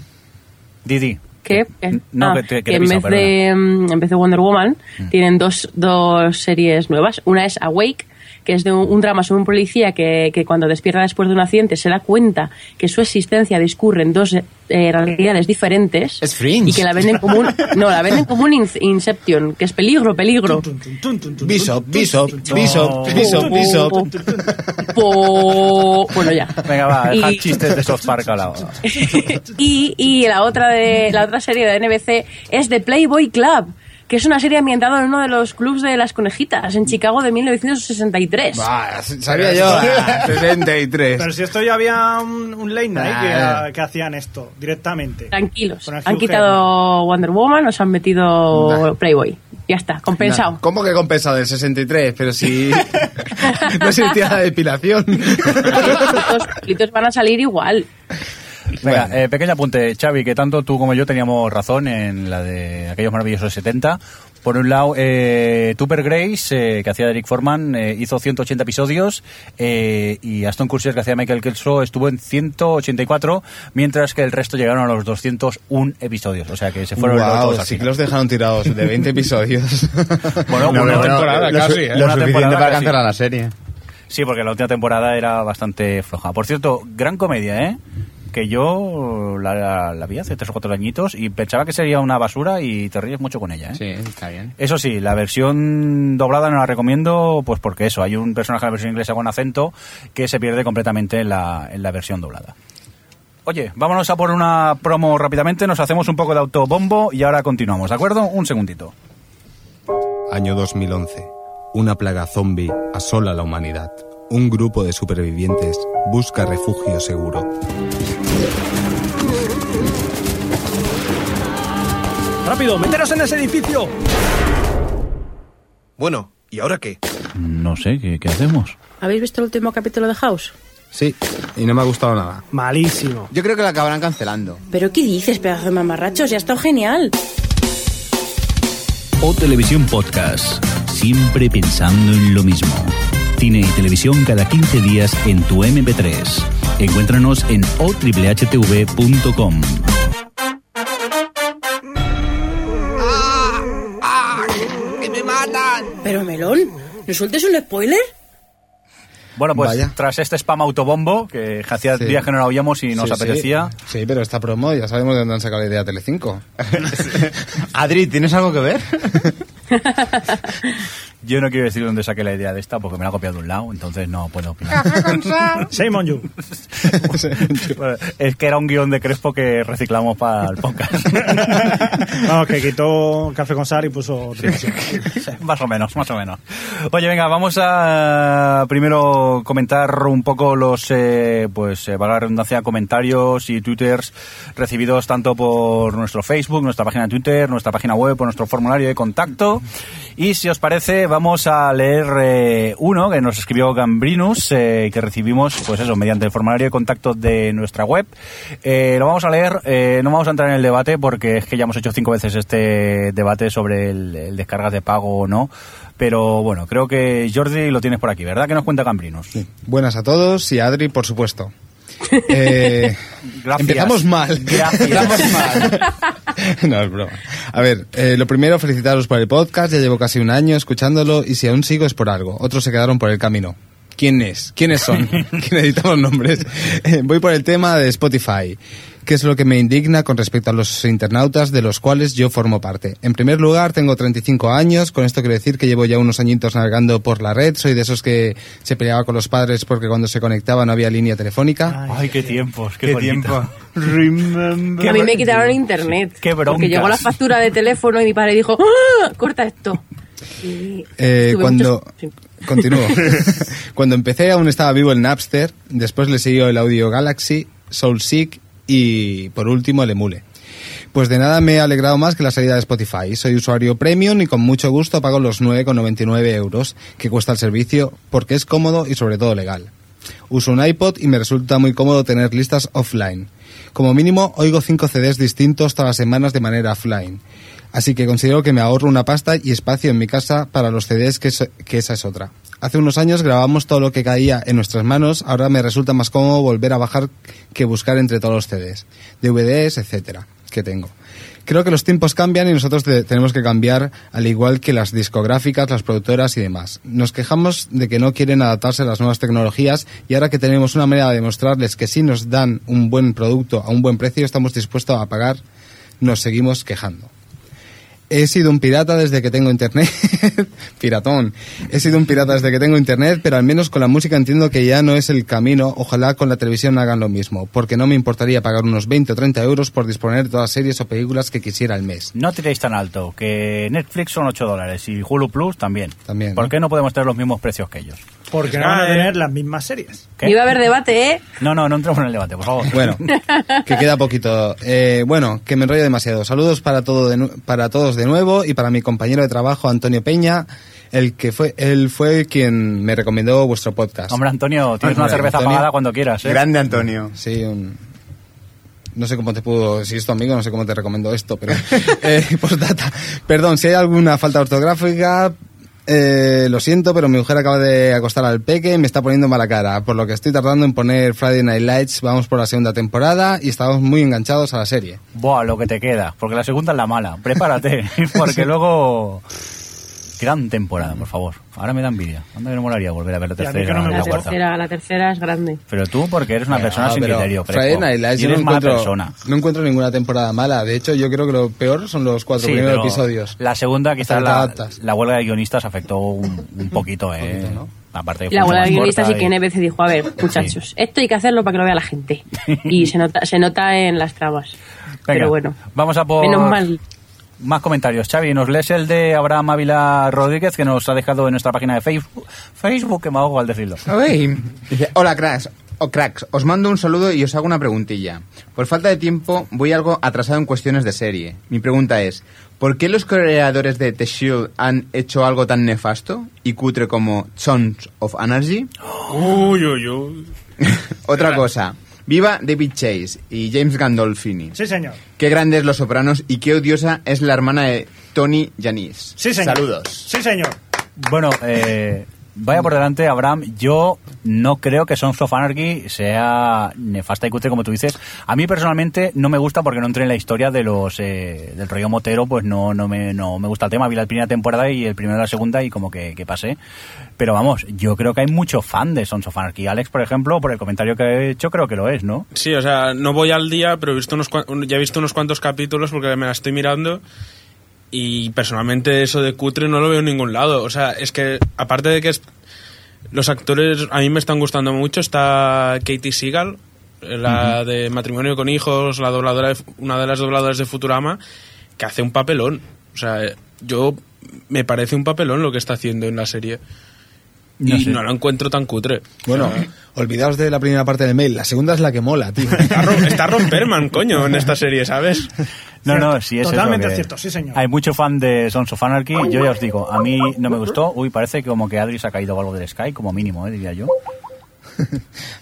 Speaker 2: Didi.
Speaker 3: ¿Qué? Eh,
Speaker 2: No,
Speaker 3: ah,
Speaker 2: que, te- que te he
Speaker 3: en,
Speaker 2: pisado,
Speaker 3: vez de, mm, en vez de Wonder Woman,
Speaker 2: Mm.
Speaker 3: tienen dos, dos series nuevas. Una es Awake, que es de un, un drama sobre un policía que, que cuando despierta después de un accidente se da cuenta que su existencia discurre en dos eh, realidades diferentes.
Speaker 6: Es Fringe.
Speaker 3: Y que la venden como un, no, la venden como un in- Inception, que es peligro, peligro.
Speaker 4: Bishop, Bishop,
Speaker 2: No.
Speaker 4: Bishop, Bishop, Bishop.
Speaker 3: Po- Bueno, ya.
Speaker 2: perdona. Venga, va,
Speaker 3: Y-
Speaker 2: dejar chistes de South Park a la hora.
Speaker 3: y, y la otra de la otra serie de NBC es The Playboy Club que es una serie ambientada en uno de los clubs de las conejitas en Chicago de 1963
Speaker 4: Bah, sabía
Speaker 6: (laughs)
Speaker 4: yo. Ah, 63.
Speaker 5: Pero si esto ya había un, un late night que,
Speaker 4: Ah.
Speaker 5: que hacían esto directamente.
Speaker 3: tranquilos
Speaker 5: Con el
Speaker 3: han
Speaker 5: Hugh
Speaker 3: quitado Wonder Woman nos han metido
Speaker 4: Nah.
Speaker 3: Playboy Ya está, compensado.
Speaker 4: ¿Cómo que compensa del 63? Pero si (laughs) no existía la depilación.
Speaker 3: Los pelitos- pelitos van a salir igual.
Speaker 2: Venga, eh, pequeño apunte, Xavi, que tanto tú como yo teníamos razón en la de aquellos maravillosos 70. Por un lado, eh, Tupper Grace, eh, que hacía de Eric Foreman, eh, hizo 180 episodios eh, y Aston Kutcher, que hacía Michael Kelso, estuvo en 184, mientras que el resto llegaron a los 201 episodios. O sea, que se fueron
Speaker 4: Guau,
Speaker 2: todos al
Speaker 4: sí que
Speaker 2: final.
Speaker 4: los dejaron tirados de 20
Speaker 6: (laughs)
Speaker 4: episodios.
Speaker 2: Bueno,
Speaker 7: No,
Speaker 2: una
Speaker 7: no,
Speaker 2: temporada
Speaker 7: temporada
Speaker 6: lo,
Speaker 7: casi,
Speaker 6: su-
Speaker 7: ¿eh?
Speaker 6: lo
Speaker 2: Una
Speaker 6: suficiente
Speaker 2: temporada
Speaker 6: para
Speaker 2: casi.
Speaker 6: cancelar la serie.
Speaker 2: Sí, porque la última temporada era bastante floja. Por cierto, gran comedia, ¿eh? Que yo la, la- la vi hace tres o cuatro añitos y pensaba que sería una basura y te ríes mucho con ella, ¿eh?
Speaker 6: Sí, está bien.
Speaker 2: Eso sí, la versión doblada no la recomiendo, pues porque eso, hay un personaje en la versión inglesa con acento que se pierde completamente en la, en la versión doblada. Oye, vámonos a por una promo rápidamente, nos hacemos un poco de autobombo y ahora continuamos, ¿de acuerdo? Un segundito.
Speaker 4: Año 2011. Una plaga zombie asola la humanidad. Un grupo de supervivientes busca refugio seguro.
Speaker 5: ¡Rápido, meteros en ese edificio!
Speaker 10: Bueno, ¿y ahora qué?
Speaker 2: No sé, ¿qué, hacemos?
Speaker 3: ¿Habéis visto el último capítulo de House?
Speaker 4: Sí, y no me ha gustado nada.
Speaker 5: Malísimo.
Speaker 6: Yo creo que la acabarán cancelando.
Speaker 3: ¿Pero qué dices, pedazo de mamarrachos? Ya está genial.
Speaker 11: O Televisión Podcast, siempre pensando en lo mismo. Cine y televisión cada 15 días en tu MP3. Encuéntranos en otriplehtv.com.
Speaker 3: Pero Melón, ¿no sueltes un spoiler?
Speaker 2: Bueno, pues
Speaker 4: Vaya.
Speaker 2: tras este spam autobombo, que hacía
Speaker 4: Sí.
Speaker 2: días que no lo oíamos y nos
Speaker 4: Sí, sí.
Speaker 2: apetecía,
Speaker 4: Sí. pero esta promo ya sabemos de dónde han sacado la idea de Telecinco.
Speaker 6: Adri, ¿tienes algo que ver?
Speaker 2: yo no quiero decir dónde saqué la idea de esta porque me la ha copiado de un lado, entonces no puedo opinar.
Speaker 5: Shame on you.
Speaker 2: Bueno, es que era un guión de Crespo que reciclamos para el
Speaker 5: (laughs)
Speaker 2: podcast.
Speaker 5: (laughs) Vamos, que quitó Café con Sar y puso otra versión.
Speaker 2: (laughs) más o menos, más o menos. Oye, venga, vamos a eh, primero comentar un poco los, eh, pues, eh, valga la redundancia, comentarios y twitters recibidos tanto por nuestro Facebook, nuestra página de Twitter, nuestra página web, por nuestro formulario de contacto. Y si os parece, vamos a leer eh, uno que nos escribió Gambrinus, eh, que recibimos, pues eso, mediante el formulario de contacto de nuestra web. Eh, lo vamos a leer, eh, no vamos a entrar en el debate porque es que ya hemos hecho cinco veces este debate sobre el, el descargas de pago o no. Pero bueno, creo que Jordi lo tienes por aquí, ¿verdad? Que nos cuenta Cambrinos.
Speaker 4: Buenas a todos y a Adri, por
Speaker 10: (laughs)
Speaker 4: supuesto. Eh,
Speaker 2: Gracias.
Speaker 4: Empezamos mal. (laughs)
Speaker 2: Gracias. Empezamos mal.
Speaker 4: no, es broma. A ver, eh, lo primero, felicitaros por el podcast. Ya llevo casi un año escuchándolo y si aún sigo es por algo. Otros se quedaron por el camino. ¿Quién es? ¿Quiénes
Speaker 10: (laughs)
Speaker 4: son? ¿Quién edita los nombres? Eh, Voy por el tema de Spotify, que es lo que me indigna con respecto a los internautas de los cuales yo formo parte. En primer lugar, tengo 35 años, con esto quiero decir que llevo ya unos añitos navegando por la red, soy de esos que se peleaba con los padres porque cuando se conectaba no había línea telefónica.
Speaker 2: Ay, qué tiempos, qué, bonito.
Speaker 3: a mí me quitaron internet.
Speaker 2: Qué
Speaker 3: porque
Speaker 2: broncas.
Speaker 3: llegó la factura de teléfono y mi padre dijo, "¡Ah! corta esto. Y
Speaker 4: Eh,
Speaker 3: tuve
Speaker 4: cuando
Speaker 3: muchos- sí.
Speaker 4: continúo cuando empecé aún estaba vivo el Napster después le siguió el Audio Galaxy SoulSeek y por último el Emule pues de nada me ha alegrado más que la salida de Spotify. Soy usuario premium y con mucho gusto pago los 9,99 euros que cuesta el servicio porque es cómodo y sobre todo legal. Uso un iPod y me resulta muy cómodo tener listas offline. Como mínimo oigo 5 CDs distintos todas las semanas de manera offline. Así que considero que me ahorro una pasta y espacio en mi casa para los CDs, que, es- que esa es otra. Hace unos años grabamos todo lo que caía en nuestras manos, ahora me resulta más cómodo volver a bajar que buscar entre todos los CDs, DVDs, etcétera, que tengo. Creo que los tiempos cambian y nosotros te- tenemos que cambiar, al igual que las discográficas, las productoras y demás. Nos quejamos de que no quieren adaptarse a las nuevas tecnologías y ahora que tenemos una manera de demostrarles que si nos dan un buen producto a un buen precio estamos dispuestos a pagar, nos seguimos quejando. He sido un pirata desde que tengo internet. (laughs) Piratón. He sido un pirata desde que tengo internet, pero al menos con la música entiendo que ya no es el camino. Ojalá con la televisión hagan lo mismo, porque no me importaría pagar unos 20 o 30 euros por disponer de todas las series o películas que quisiera al mes.
Speaker 2: No tiréis tan alto, que Netflix son 8 dólares y Hulu Plus también.
Speaker 4: También,
Speaker 2: ¿Por
Speaker 4: ¿no?
Speaker 2: qué no podemos tener los mismos precios que ellos?
Speaker 5: Porque no van
Speaker 4: Ah,
Speaker 5: a
Speaker 4: eh.
Speaker 5: tener las mismas series.
Speaker 2: ¿Qué?
Speaker 3: Iba a haber debate, ¿eh?
Speaker 2: No, no, no entremos en el debate, por favor.
Speaker 4: (laughs) Bueno, que queda poquito. Eh, bueno, que me enrollo demasiado. Saludos para, todo de nu- para todos de nuevo y para mi compañero de trabajo, Antonio Peña, el que fue, él fue quien me recomendó vuestro podcast.
Speaker 2: Hombre, Antonio, tienes una
Speaker 4: Hombre,
Speaker 2: cerveza
Speaker 4: Antonio.
Speaker 2: pagada cuando quieras, ¿eh?
Speaker 6: Grande Antonio.
Speaker 4: Sí, un- No sé cómo te pudo, si es tu amigo, no sé cómo te recomiendo
Speaker 2: (laughs)
Speaker 4: esto, pero... eh, postdata. Perdón, si hay alguna falta ortográfica, eh, lo siento, pero mi mujer acaba de acostar al peque y me está poniendo mala cara, por lo que estoy tardando en poner Friday Night Lights, vamos por la segunda temporada y estamos muy enganchados a la serie.
Speaker 2: Buah, lo que te queda, porque la segunda es la mala. Prepárate, (laughs) porque luego... Gran temporada, por favor. Ahora me da envidia. Anda que no molaría volver a ver la
Speaker 5: Y a mí
Speaker 2: tercera.
Speaker 5: que no
Speaker 2: la
Speaker 5: me
Speaker 3: La
Speaker 5: gusta.
Speaker 2: cuarta.
Speaker 3: tercera, la tercera es grande.
Speaker 2: Pero tú, porque eres una persona
Speaker 4: Ah,
Speaker 2: sin
Speaker 4: pero
Speaker 2: criterio, fresco.
Speaker 4: Friday Night Lights
Speaker 2: Y
Speaker 4: yo
Speaker 2: eres
Speaker 4: no
Speaker 2: mala
Speaker 4: encuentro,
Speaker 2: persona.
Speaker 4: No encuentro ninguna temporada mala. De hecho, yo creo que lo peor son los cuatro
Speaker 2: Sí,
Speaker 4: primeros
Speaker 2: pero
Speaker 4: episodios.
Speaker 2: La segunda, quizás
Speaker 4: Hasta que te
Speaker 2: la,
Speaker 4: adaptas.
Speaker 2: la huelga de guionistas afectó un,
Speaker 4: (laughs)
Speaker 2: un poquito, ¿eh?
Speaker 4: poquito, ¿no?
Speaker 2: Aparte de
Speaker 3: Y
Speaker 2: fue
Speaker 3: la abuela
Speaker 2: más
Speaker 3: de guionistas
Speaker 2: corta
Speaker 3: y que NBC dijo, a ver, muchachos, esto hay que hacerlo para que lo vea
Speaker 2: (laughs)
Speaker 3: la gente. Y se nota, se nota en las trabas.
Speaker 2: Venga,
Speaker 3: Pero bueno.
Speaker 2: Vamos a por.
Speaker 3: Menos mal.
Speaker 2: Más comentarios, Xavi. Nos lees el de Abraham Ávila Rodríguez que nos ha dejado en nuestra página de Facebook. Facebook, que me ahogo al decirlo.
Speaker 6: Ay. Dice, hola cracks, o cracks, os mando un saludo y os hago una preguntilla. Por falta de tiempo, voy algo atrasado en cuestiones de serie. Mi pregunta es, ¿por qué los creadores de The Shield han hecho algo tan nefasto y cutre como Sons of Anarchy?
Speaker 7: Uy, uy, uy.
Speaker 6: Otra cosa, viva David Chase y James Gandolfini.
Speaker 5: Sí, señor.
Speaker 6: Qué grandes los sopranos y qué odiosa es la hermana de Tony Yanis.
Speaker 5: Sí, señor.
Speaker 6: Saludos.
Speaker 5: Sí, señor.
Speaker 2: Bueno, eh, vaya por delante, Abraham. Yo no creo que Sons of Anarchy sea nefasta y cutre, como tú dices. A mí personalmente no me gusta porque no entré en la historia de los eh, del rollo motero, pues no, no, me, no me gusta el tema. Vi la primera temporada y el primero de la segunda y como que, que pasé. Pero vamos, yo creo que hay mucho fan de Sons of Anarchy. Alex, por ejemplo, por el comentario que he hecho, creo que lo es, ¿no?
Speaker 7: Sí, o sea, no voy al día, pero he visto unos cua- un- ya he visto unos cuantos capítulos porque me la estoy mirando y personalmente eso de cutre no lo veo en ningún lado. O sea, es que aparte de que es- los actores a mí me están gustando mucho, está Katie Seagal, eh, la de Matrimonio con Hijos, la dobladora de Fu- una de las dobladoras de Futurama, que hace un papelón. O sea, eh, yo me parece un papelón lo que está haciendo en la serie.
Speaker 2: No
Speaker 7: y
Speaker 2: sé.
Speaker 7: no la encuentro tan cutre.
Speaker 4: Bueno, olvidaos de la primera parte del mail. La segunda es la que mola, tío.
Speaker 7: (laughs) Está, Ro- está Romperman, coño, en esta serie, ¿sabes?
Speaker 2: No,
Speaker 5: Cierto.
Speaker 2: no, sí, eso
Speaker 5: Totalmente
Speaker 2: es lo que-
Speaker 5: cierto, sí, señor.
Speaker 2: Hay mucho fan de Sons of Anarchy. Yo ya os digo, a mí no me gustó. Uy, parece que como que Adri se ha caído algo del Sky, como mínimo, eh, diría yo.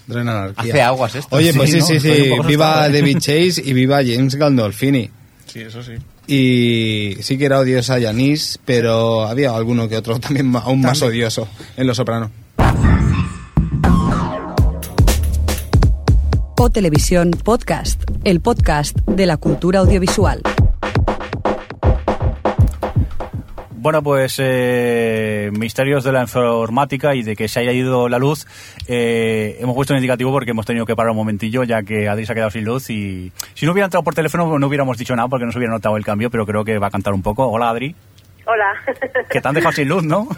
Speaker 4: Dren anarquía.
Speaker 6: Hace aguas esto.
Speaker 4: Oye, pues
Speaker 2: Sí,
Speaker 4: sí,
Speaker 2: ¿no?
Speaker 4: sí,
Speaker 2: Estoy un
Speaker 4: sí.
Speaker 2: poco
Speaker 4: Viva
Speaker 2: asustado, ¿eh?
Speaker 4: David Chase y viva James Gandolfini.
Speaker 7: Sí, eso sí.
Speaker 4: Y sí que era odiosa Yanis, pero había alguno que otro (laughs) también ma- aún más odioso en Los Soprano.
Speaker 9: O Televisión Podcast, el podcast de la cultura audiovisual.
Speaker 2: Bueno, pues eh, misterios de la informática y de que se haya ido la luz. eh, hemos puesto un indicativo porque hemos tenido que parar un momentillo, ya que Adri se ha quedado sin luz. Y si no hubiera entrado por teléfono, no hubiéramos dicho nada porque no se hubiera notado el cambio, pero creo que va a cantar un poco. Hola, Adri.
Speaker 10: Hola.
Speaker 2: Que te han dejado sin luz, ¿no?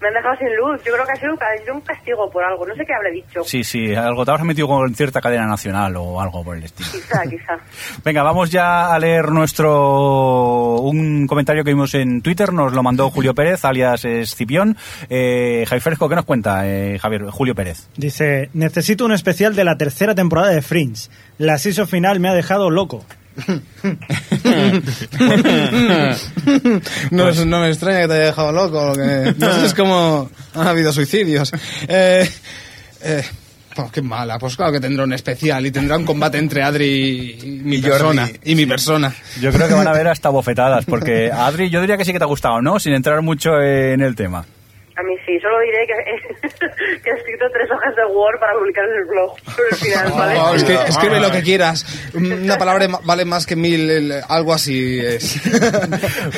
Speaker 10: Me han dejado sin luz. Yo creo que ha sido un, ca- un castigo por algo. No sé qué habré dicho.
Speaker 2: Sí, sí, algo te habrás metido con cierta cadena nacional o algo por el estilo.
Speaker 10: Quizá, quizá.
Speaker 2: (laughs) Venga, vamos ya a leer nuestro un comentario que vimos en Twitter, nos lo mandó Julio Pérez, alias Escipión. Eh, Javier Fresco, ¿qué nos cuenta, eh, Javier? Julio Pérez.
Speaker 5: Dice, necesito un especial de la tercera temporada de Fringe. La season final me ha dejado loco.
Speaker 4: No, es- no me extraña que te haya dejado loco. Lo que... No sé, es como han habido suicidios. Eh, eh, pues qué mala. Pues claro que tendrá un especial y tendrá un combate entre Adri y mi
Speaker 6: Y Jordi.
Speaker 4: persona. Y mi persona.
Speaker 2: Yo creo que van a haber hasta bofetadas, (laughs) porque Adri, yo diría que sí que te ha gustado, ¿no? Sin entrar mucho en el tema.
Speaker 10: A mí sí. Solo diré que, (laughs) que he escrito tres hojas de Word para publicar en el blog. Pero
Speaker 4: (laughs)
Speaker 10: al final, ¿vale?
Speaker 4: Oh, es que- escribe lo que quieras. Una palabra ma- vale más que mil. el- algo así es.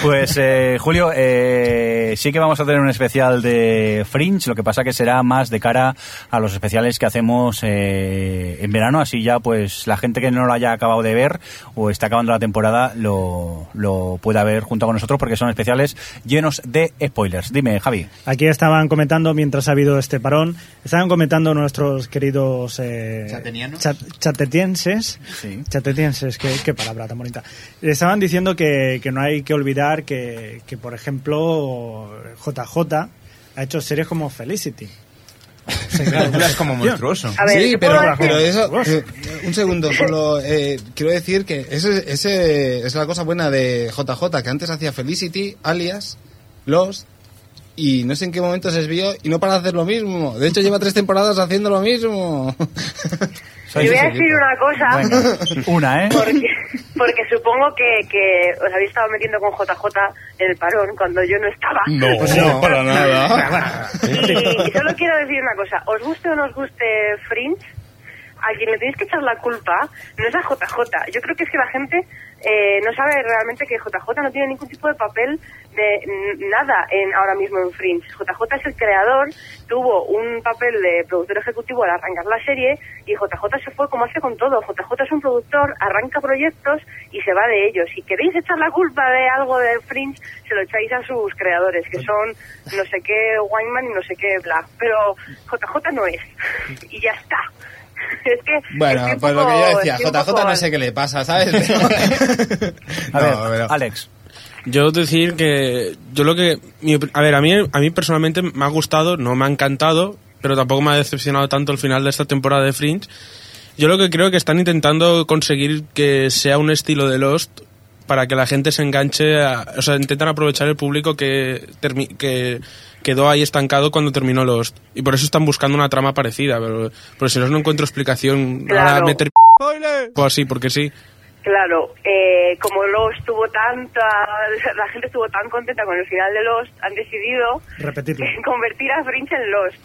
Speaker 2: Pues eh, Julio, eh, sí que vamos a tener un especial de Fringe, lo que pasa que será más de cara a los especiales que hacemos eh, en verano, así ya pues la gente que no lo haya acabado de ver o está acabando la temporada lo, lo pueda ver junto con nosotros porque son especiales llenos de spoilers. Dime, Javi.
Speaker 5: Aquí estaban comentando, mientras ha habido este parón, estaban comentando nuestros queridos eh,
Speaker 6: Chatenianos.
Speaker 5: chat- chatetienses.
Speaker 2: Sí.
Speaker 5: Chatetienses, qué, qué palabra tan bonita. Estaban diciendo que, que no hay que olvidar que, que, por ejemplo, JJ ha hecho series como Felicity.
Speaker 6: Es como monstruoso.
Speaker 10: A ver,
Speaker 4: sí,
Speaker 10: ¿qué
Speaker 4: pero,
Speaker 10: puedo
Speaker 4: pero
Speaker 10: decir?
Speaker 4: eso. eh, un segundo, solo, eh, quiero decir que ese, ese es la cosa buena de JJ, que antes hacía Felicity, alias, Lost, y no sé en qué momento se desvió y no para de hacer lo mismo. De hecho, lleva tres temporadas haciendo lo mismo. (laughs)
Speaker 10: Yo voy a decir una cosa.
Speaker 2: Una, ¿eh?
Speaker 10: Porque, porque supongo que, que os habéis estado metiendo con JJ en el parón cuando yo no estaba.
Speaker 5: Pues no,
Speaker 4: para nada.
Speaker 10: Y solo quiero decir una cosa. Os guste o no os guste Fringe, a quien le tenéis que echar la culpa no es a JJ. Yo creo que es que la gente eh, no sabe realmente que JJ no tiene ningún tipo de papel de n- nada en ahora mismo en Fringe. JJ es el creador, tuvo un papel de productor ejecutivo al arrancar la serie y JJ se fue como hace con todo. JJ es un productor, arranca proyectos y se va de ellos. Si queréis echar la culpa de algo de Fringe, se lo echáis a sus creadores, que son no sé qué Weinman y no sé qué Black. Pero JJ no es. (laughs) Y ya está. (laughs) Es que
Speaker 4: Bueno,
Speaker 10: estoy un
Speaker 4: pues lo que
Speaker 10: poco-
Speaker 4: yo decía,
Speaker 10: estoy un
Speaker 4: JJ
Speaker 10: poco-
Speaker 4: no sé qué le pasa,
Speaker 10: (laughs)
Speaker 4: ¿sabes? Pero-
Speaker 2: A
Speaker 4: (laughs) No,
Speaker 2: ver,
Speaker 4: pero-
Speaker 2: Alex.
Speaker 7: Yo decir que yo lo que mi opi- a ver a mí a mí personalmente me ha gustado, no me ha encantado, pero tampoco me ha decepcionado tanto el final de esta temporada de Fringe. Yo lo que creo que están intentando conseguir que sea un estilo de Lost para que la gente se enganche, a- o sea, intentan aprovechar el público que termi- que quedó ahí estancado cuando terminó Lost y por eso están buscando una trama parecida, pero, pero si no no encuentro explicación ahora
Speaker 10: Claro.
Speaker 7: meter o así porque sí.
Speaker 10: Claro, eh, como Lost tuvo tanta, (laughs) la gente estuvo tan contenta con el final de Lost, han decidido
Speaker 5: Repetirlo.
Speaker 10: (laughs) convertir a Fringe en Lost.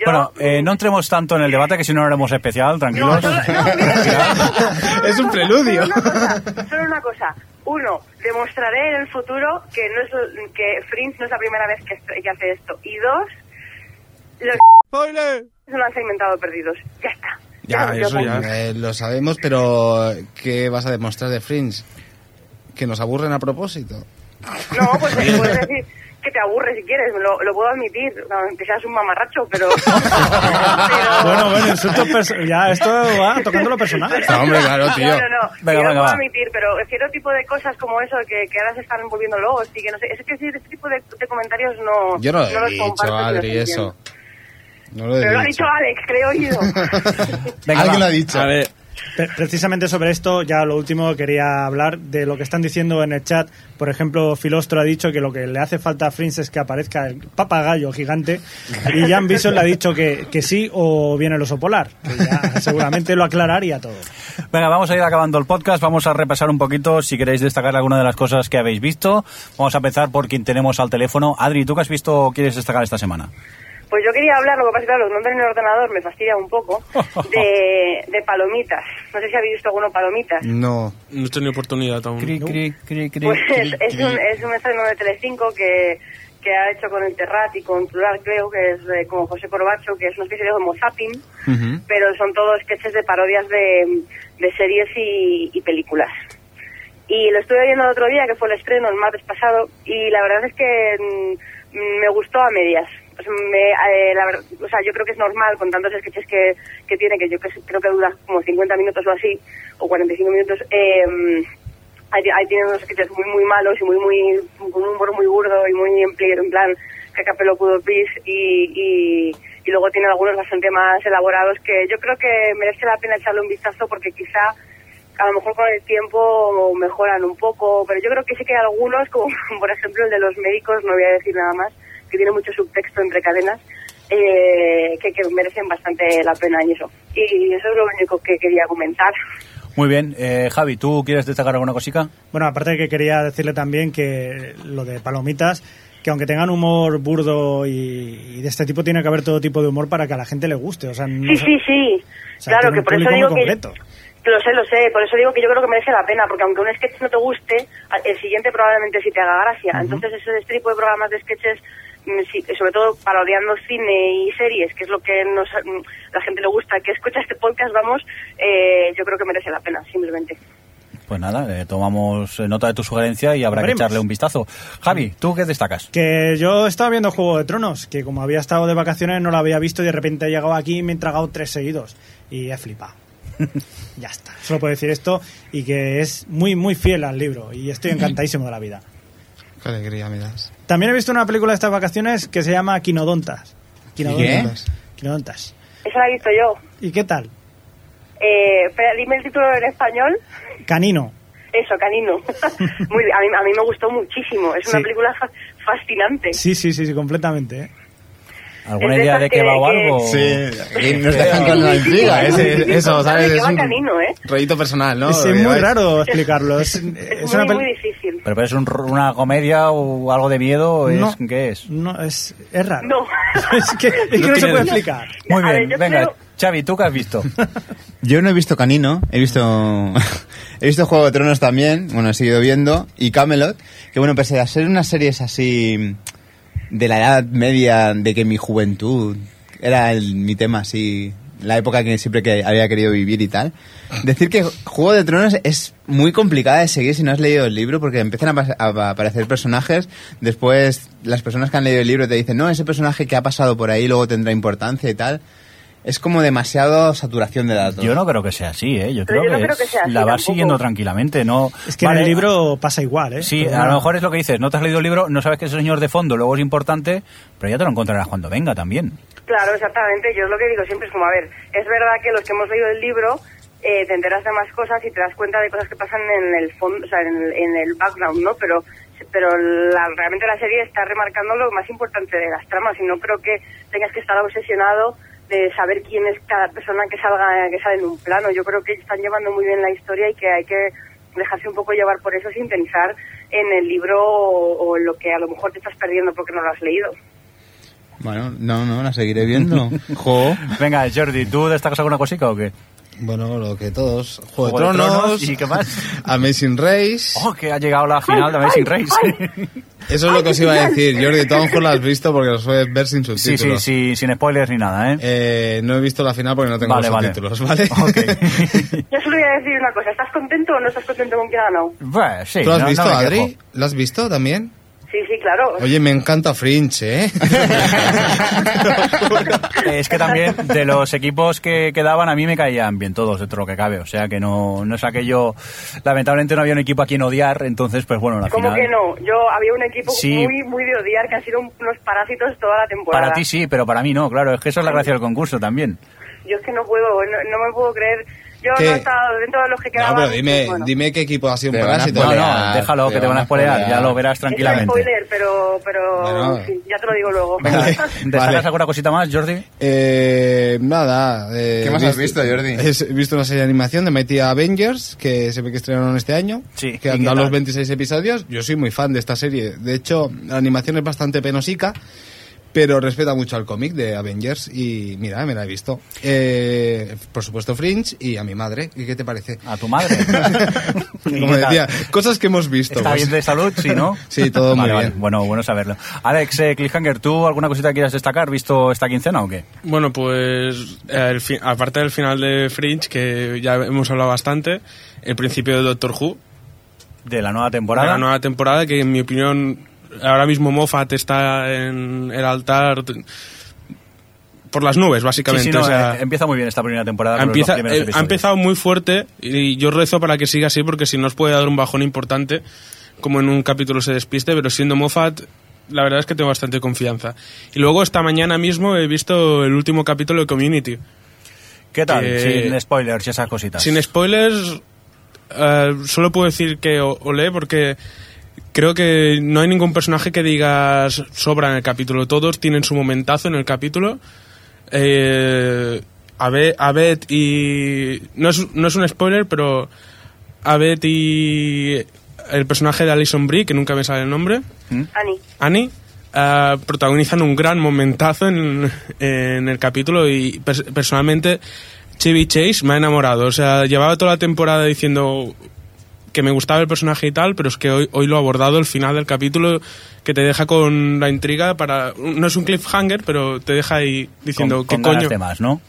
Speaker 10: Yo-
Speaker 2: Bueno, eh,
Speaker 10: (laughs)
Speaker 2: no entremos tanto en el debate que si no haremos especial, tranquilos.
Speaker 4: (laughs)
Speaker 2: (laughs)
Speaker 4: es un preludio.
Speaker 10: Solo una cosa. Uno, demostraré en el futuro que no es que Fringe no es la primera vez que, est- que hace esto. Y dos, los se lo han segmentado perdidos. Ya está.
Speaker 7: Ya,
Speaker 10: lo
Speaker 7: eso ya.
Speaker 4: Eh, lo sabemos, pero ¿qué vas a demostrar de Fringe? Que nos aburren a propósito.
Speaker 10: No, pues me puedes decir que te aburre si quieres, lo, lo puedo admitir, aunque seas un mamarracho,
Speaker 4: (laughs)
Speaker 10: pero... pero-
Speaker 5: Bueno, bueno, insultos perso- ya esto va tocando lo personal.
Speaker 4: No, hombre, (laughs) claro, tío.
Speaker 10: (laughs) No, no, no.
Speaker 2: Venga,
Speaker 10: yo
Speaker 2: venga,
Speaker 10: lo puedo
Speaker 2: va.
Speaker 10: admitir, pero cierto tipo de cosas como eso que, que ahora se están volviendo lobos y que no sé. Es que ese ese tipo de, de comentarios no.
Speaker 4: Yo no lo he
Speaker 10: los
Speaker 4: dicho,
Speaker 10: comparto,
Speaker 4: Adri,
Speaker 10: pero
Speaker 4: eso.
Speaker 10: entiendo.
Speaker 4: No lo he
Speaker 10: Pero lo ha
Speaker 4: dicho.
Speaker 10: dicho Alex,
Speaker 4: (laughs)
Speaker 10: creo yo.
Speaker 2: Venga,
Speaker 4: Alguien
Speaker 2: va.
Speaker 4: lo ha dicho.
Speaker 7: A ver,
Speaker 5: Pre- Precisamente sobre esto, ya lo último quería hablar de lo que están diciendo en el chat. Por ejemplo, Filostro ha dicho que lo que le hace falta a Fringe es que aparezca el papagayo gigante. Y Jan Bison le ha dicho que, que sí o viene el oso polar. que ya seguramente lo aclararía todo.
Speaker 2: Venga, vamos a ir acabando el podcast. Vamos a repasar un poquito si queréis destacar alguna de las cosas que habéis visto. Vamos a empezar por quien tenemos al teléfono. Adri, ¿tú qué has visto o quieres destacar esta semana?
Speaker 10: Pues yo quería hablar, lo que pasa es que claro, los nombres en el ordenador me fastidia
Speaker 4: (laughs)
Speaker 10: un poco, de, de palomitas. No sé si habéis visto alguno palomitas.
Speaker 4: No.
Speaker 7: no he tenido oportunidad aún.
Speaker 10: Pues es, es un, es un estreno de Telecinco que, que ha hecho con el Terrat y con Plural creo, que es eh, como José Corbacho, que es una especie de homo sapien, pero son todos sketches de parodias de, de series y, y películas. Y lo estuve viendo el otro día, que fue el estreno el martes pasado, y la verdad es que mm, me gustó a medias. O sea, me- eh, la ver- o sea, yo creo que es normal con tantos sketches que, que tiene, que yo que- creo que dura como 50 minutos o así, o 45 minutos. em, ahí, ahí tienen unos sketches muy, muy malos y muy, muy, con un humor muy burdo y muy en pli- en plan cacapelo pudo pis y, y, y luego tienen algunos bastante más elaborados que yo creo que merece la pena echarle un vistazo porque quizá a lo mejor con el tiempo mejoran un poco, pero yo creo que sí que hay algunos, como (laughs) por ejemplo el de los médicos, no voy a decir nada más, que tiene mucho subtexto entre cadenas, eh, que, que merecen bastante la pena y eso. Y eso es lo único que quería comentar. (laughs)
Speaker 2: Muy bien. Eh, Javi, ¿tú quieres destacar alguna cosica?
Speaker 5: Bueno, aparte que quería decirle también que lo de palomitas, que aunque tengan humor burdo y, y de este tipo, tiene que haber todo tipo de humor para que a la gente le guste. O sea, no
Speaker 10: Sí,
Speaker 5: se-
Speaker 10: sí, sí.
Speaker 5: o sea,
Speaker 10: claro,
Speaker 5: tiene
Speaker 10: que
Speaker 5: un
Speaker 10: por eso
Speaker 5: público
Speaker 10: digo
Speaker 5: muy
Speaker 10: que...
Speaker 5: concreto.
Speaker 10: que Lo sé, lo sé. Por eso digo que yo creo que merece la pena, porque aunque un sketch no te guste, a- el siguiente probablemente sí te haga gracia. Entonces, ese este tipo de programas de sketches, mm, sí, sobre todo parodiando cine y series, que es lo que nos, mm, la gente le gusta, que escucha este podcast, vamos, eh, yo creo que merece la pena, simplemente.
Speaker 2: Pues nada, eh, tomamos eh, nota de tu sugerencia y habrá
Speaker 5: Veremos.
Speaker 2: que echarle un vistazo. Javi, ¿tú qué destacas?
Speaker 5: Que yo estaba viendo Juego de Tronos, que como había estado de vacaciones no lo había visto y de repente he llegado aquí y me he tragado tres seguidos. Y
Speaker 2: (laughs)
Speaker 5: he flipado. ya está. Solo puedo decir esto y que es muy, muy fiel al libro y estoy encantadísimo de la vida.
Speaker 4: Qué alegría me das.
Speaker 5: También he visto una película de estas vacaciones que se llama Quinodontas.
Speaker 6: ¿Qué?
Speaker 5: Quinodontas. ¿Qué notas?
Speaker 10: Eso la he visto yo.
Speaker 5: ¿Y qué tal?
Speaker 10: Eh, espera, dime el título en español.
Speaker 5: Canino.
Speaker 10: Eso, Canino. (laughs) Muy, bien, a, mí, a mí me gustó muchísimo. Es una
Speaker 5: Sí.
Speaker 10: película fa- fascinante.
Speaker 5: Sí, sí, sí, sí, completamente. ¿eh?
Speaker 2: ¿Alguna
Speaker 10: Es de
Speaker 2: idea
Speaker 10: esas
Speaker 2: de qué
Speaker 10: que-
Speaker 2: va o
Speaker 10: que-
Speaker 2: algo?
Speaker 4: Eh,
Speaker 6: Sí, nos dejan con la intriga,
Speaker 4: Ese- eso, ¿sabes?
Speaker 10: Sabe que
Speaker 4: Es
Speaker 10: va
Speaker 4: un
Speaker 10: Canino, ¿eh?
Speaker 4: rollito personal, ¿no?
Speaker 5: es es muy
Speaker 4: ¿Sabes?
Speaker 5: raro explicarlo. Es, es
Speaker 10: Es, muy,
Speaker 5: una pel-
Speaker 10: muy difícil.
Speaker 2: ¿Pero es un- una comedia o algo de miedo? o es-
Speaker 5: No.
Speaker 2: ¿Qué es?
Speaker 5: No, es, es raro.
Speaker 10: No.
Speaker 5: (laughs) es que, es que no,
Speaker 7: tiene
Speaker 5: se puede
Speaker 7: gracia.
Speaker 5: explicar.
Speaker 2: Muy
Speaker 10: A ver,
Speaker 2: bien,
Speaker 10: yo
Speaker 2: venga.
Speaker 10: creo-
Speaker 2: Xavi, ¿tú qué has visto?
Speaker 6: Yo no he visto Canino, he visto (laughs) he visto Juego de Tronos también, bueno, he seguido viendo, y Camelot, que bueno, pese a ser unas series así de la edad media, de que mi juventud era el- mi tema así, la época que siempre que había querido vivir y tal, decir que Juego de Tronos es muy complicada de seguir si no has leído el libro, porque empiezan a, pas- a aparecer personajes, después las personas que han leído el libro te dicen, no, ese personaje que ha pasado por ahí luego tendrá importancia y tal. Es como demasiado saturación de datos.
Speaker 2: Yo no creo que sea así, ¿eh? Yo
Speaker 10: Pero
Speaker 2: creo,
Speaker 10: yo no
Speaker 2: que,
Speaker 10: creo que sea así
Speaker 2: la vas
Speaker 10: tampoco.
Speaker 2: siguiendo tranquilamente, ¿no?
Speaker 5: Es que
Speaker 2: Vale,
Speaker 5: en el libro pasa igual, ¿eh?
Speaker 2: Sí,
Speaker 5: Pero
Speaker 2: a
Speaker 5: no-
Speaker 2: lo mejor es lo que dices, no te has leído el libro, no sabes que ese señor de fondo luego es importante, pero ya te lo encontrarás cuando venga también.
Speaker 10: Claro, exactamente. Yo es lo que digo siempre es como, a ver, es verdad que los que hemos leído el libro eh, te enteras de más cosas y te das cuenta de cosas que pasan en el fondo, o sea, en el, en el background, ¿no? Pero pero la- realmente la serie está remarcando lo más importante de las tramas y no creo que tengas que estar obsesionado de saber quién es cada persona que salga que sale en un plano. Yo creo que están llevando muy bien la historia y que hay que dejarse un poco llevar por eso sin pensar en el libro o, o en lo que a lo mejor te estás perdiendo porque no lo has leído.
Speaker 6: Bueno, no, no, la seguiré viendo. Jo.
Speaker 2: Venga, Jordi, ¿tú destacas alguna cosica o qué?
Speaker 4: Bueno, lo que todos. Juego,
Speaker 2: Juego de
Speaker 4: de Pues Tronos.
Speaker 2: Tronos, ¿y qué más?
Speaker 4: (laughs) Amazing Race.
Speaker 2: Oh, que ha llegado la final de Amazing Race.
Speaker 4: Eso es lo que os iba a decir, Jordi. Tú a lo mejor lo has visto porque lo sueles ver
Speaker 2: (laughs)
Speaker 4: sin
Speaker 2: sí,
Speaker 4: subtítulos.
Speaker 2: sí, sí, sin spoilers ni nada, ¿eh?
Speaker 4: Eh, no he visto la final porque no tengo
Speaker 2: Vale,
Speaker 4: los
Speaker 2: vale.
Speaker 4: subtítulos, (laughs) ¿vale?
Speaker 2: (laughs)
Speaker 4: (laughs)
Speaker 2: Ok.
Speaker 10: Yo solo voy a decir una cosa, ¿estás contento o no estás contento con que ha ganado?
Speaker 2: Bueno, Pues, sí,
Speaker 4: ¿Tú lo has
Speaker 2: no- no
Speaker 4: visto,
Speaker 2: me quejo.
Speaker 4: Adri? ¿Lo has visto también?
Speaker 10: Sí, sí, claro.
Speaker 4: Oye, me encanta Fringe,
Speaker 2: (laughs)
Speaker 4: ¿eh?
Speaker 2: Es que también de los equipos que quedaban a mí me caían bien todos dentro de lo que cabe, o sea que no, no es aquello, lamentablemente no había un equipo a quien odiar, entonces pues bueno, la
Speaker 10: ¿Cómo
Speaker 2: final...
Speaker 10: que no? Yo había un equipo
Speaker 2: Sí.
Speaker 10: muy, muy de odiar que han sido un- unos parásitos toda la temporada.
Speaker 2: Para ti sí, pero para mí no, claro, es que eso es la gracia del concurso también.
Speaker 10: Yo es que no puedo, no, no me puedo creer. Yo
Speaker 4: ¿Qué?
Speaker 10: no he estado dentro de los que quedaban.
Speaker 4: No, pero dime,
Speaker 10: bueno,
Speaker 4: dime qué equipo ha sido un
Speaker 6: Te van a
Speaker 4: parásito.
Speaker 2: No, no,
Speaker 6: Spoilear,
Speaker 2: déjalo,
Speaker 6: te
Speaker 2: que te van a spoilear, ya lo verás
Speaker 10: es un
Speaker 2: tranquilamente.
Speaker 10: spoiler, pero, pero
Speaker 4: Bueno.
Speaker 10: sí, ya te lo digo luego.
Speaker 4: Venga.
Speaker 10: (laughs) Vale.
Speaker 2: ¿Destacas
Speaker 4: Vale.
Speaker 2: alguna cosita más, Jordi?
Speaker 4: Eh, nada. eh,
Speaker 6: ¿Qué más has visto, Jordi?
Speaker 4: es- He visto una serie de animación de Mighty Avengers que se ve que estrenaron este año.
Speaker 2: Sí, ¿y
Speaker 4: Que han
Speaker 2: qué
Speaker 4: dado los
Speaker 2: tal?
Speaker 4: 26 episodios. Yo soy muy fan de esta serie. De hecho, la animación es bastante penosica, pero respeta mucho al cómic de Avengers. Y mira, me la he visto. Eh, por supuesto, Fringe y a mi madre. ¿Y qué te parece?
Speaker 2: A tu madre.
Speaker 4: (laughs) Como decía, cosas que hemos visto.
Speaker 2: ¿Está
Speaker 4: pues.
Speaker 2: bien de salud? Sí, ¿no?
Speaker 4: Sí, todo muy
Speaker 2: Vale, vale,
Speaker 4: bien.
Speaker 2: Bueno, bueno saberlo. Alex, eh, Cliffhanger, ¿tú alguna cosita que quieras destacar visto esta quincena o qué?
Speaker 7: Bueno, pues el fi- aparte del final de Fringe, que ya hemos hablado bastante, el principio de Doctor Who,
Speaker 2: De la nueva temporada.
Speaker 7: de la nueva temporada, que en mi opinión ahora mismo Moffat está en el altar t- por las nubes,
Speaker 2: Sí,
Speaker 7: básicamente.
Speaker 2: sí, no,
Speaker 7: o sea,
Speaker 2: eh, empieza muy bien esta primera temporada.
Speaker 7: ha,
Speaker 2: con los
Speaker 7: empieza-
Speaker 2: dos primeros
Speaker 7: eh, ha
Speaker 2: episodios.
Speaker 7: empezado muy fuerte y yo rezo para que siga así porque si no os puede dar un bajón importante, como en un capítulo se despiste, pero siendo Moffat, la verdad es que tengo bastante confianza. Y luego esta mañana mismo he visto el último capítulo de Community.
Speaker 2: ¿Qué tal?
Speaker 7: que-
Speaker 2: Sin spoilers y esas cositas.
Speaker 7: Sin spoilers, eh, solo puedo decir que o- olé porque creo que no hay ningún personaje que digas sobra en el capítulo. Todos tienen su momentazo en el capítulo. Eh, Abe- Abed y... No es, no es un spoiler, pero Abed y el personaje de Alison Brie, que nunca me sale el nombre,
Speaker 10: Ani,
Speaker 7: Annie, eh, protagonizan un gran momentazo en, en el capítulo y pers- personalmente Chevy Chase me ha enamorado. O sea, llevaba toda la temporada diciendo que me gustaba el personaje y tal, pero es que hoy, hoy lo ha abordado el final del capítulo que te deja con la intriga para... No es un cliffhanger, pero te deja ahí
Speaker 2: con,
Speaker 7: diciendo
Speaker 2: con
Speaker 7: qué
Speaker 2: ganas
Speaker 7: coño.
Speaker 2: de más, ¿no?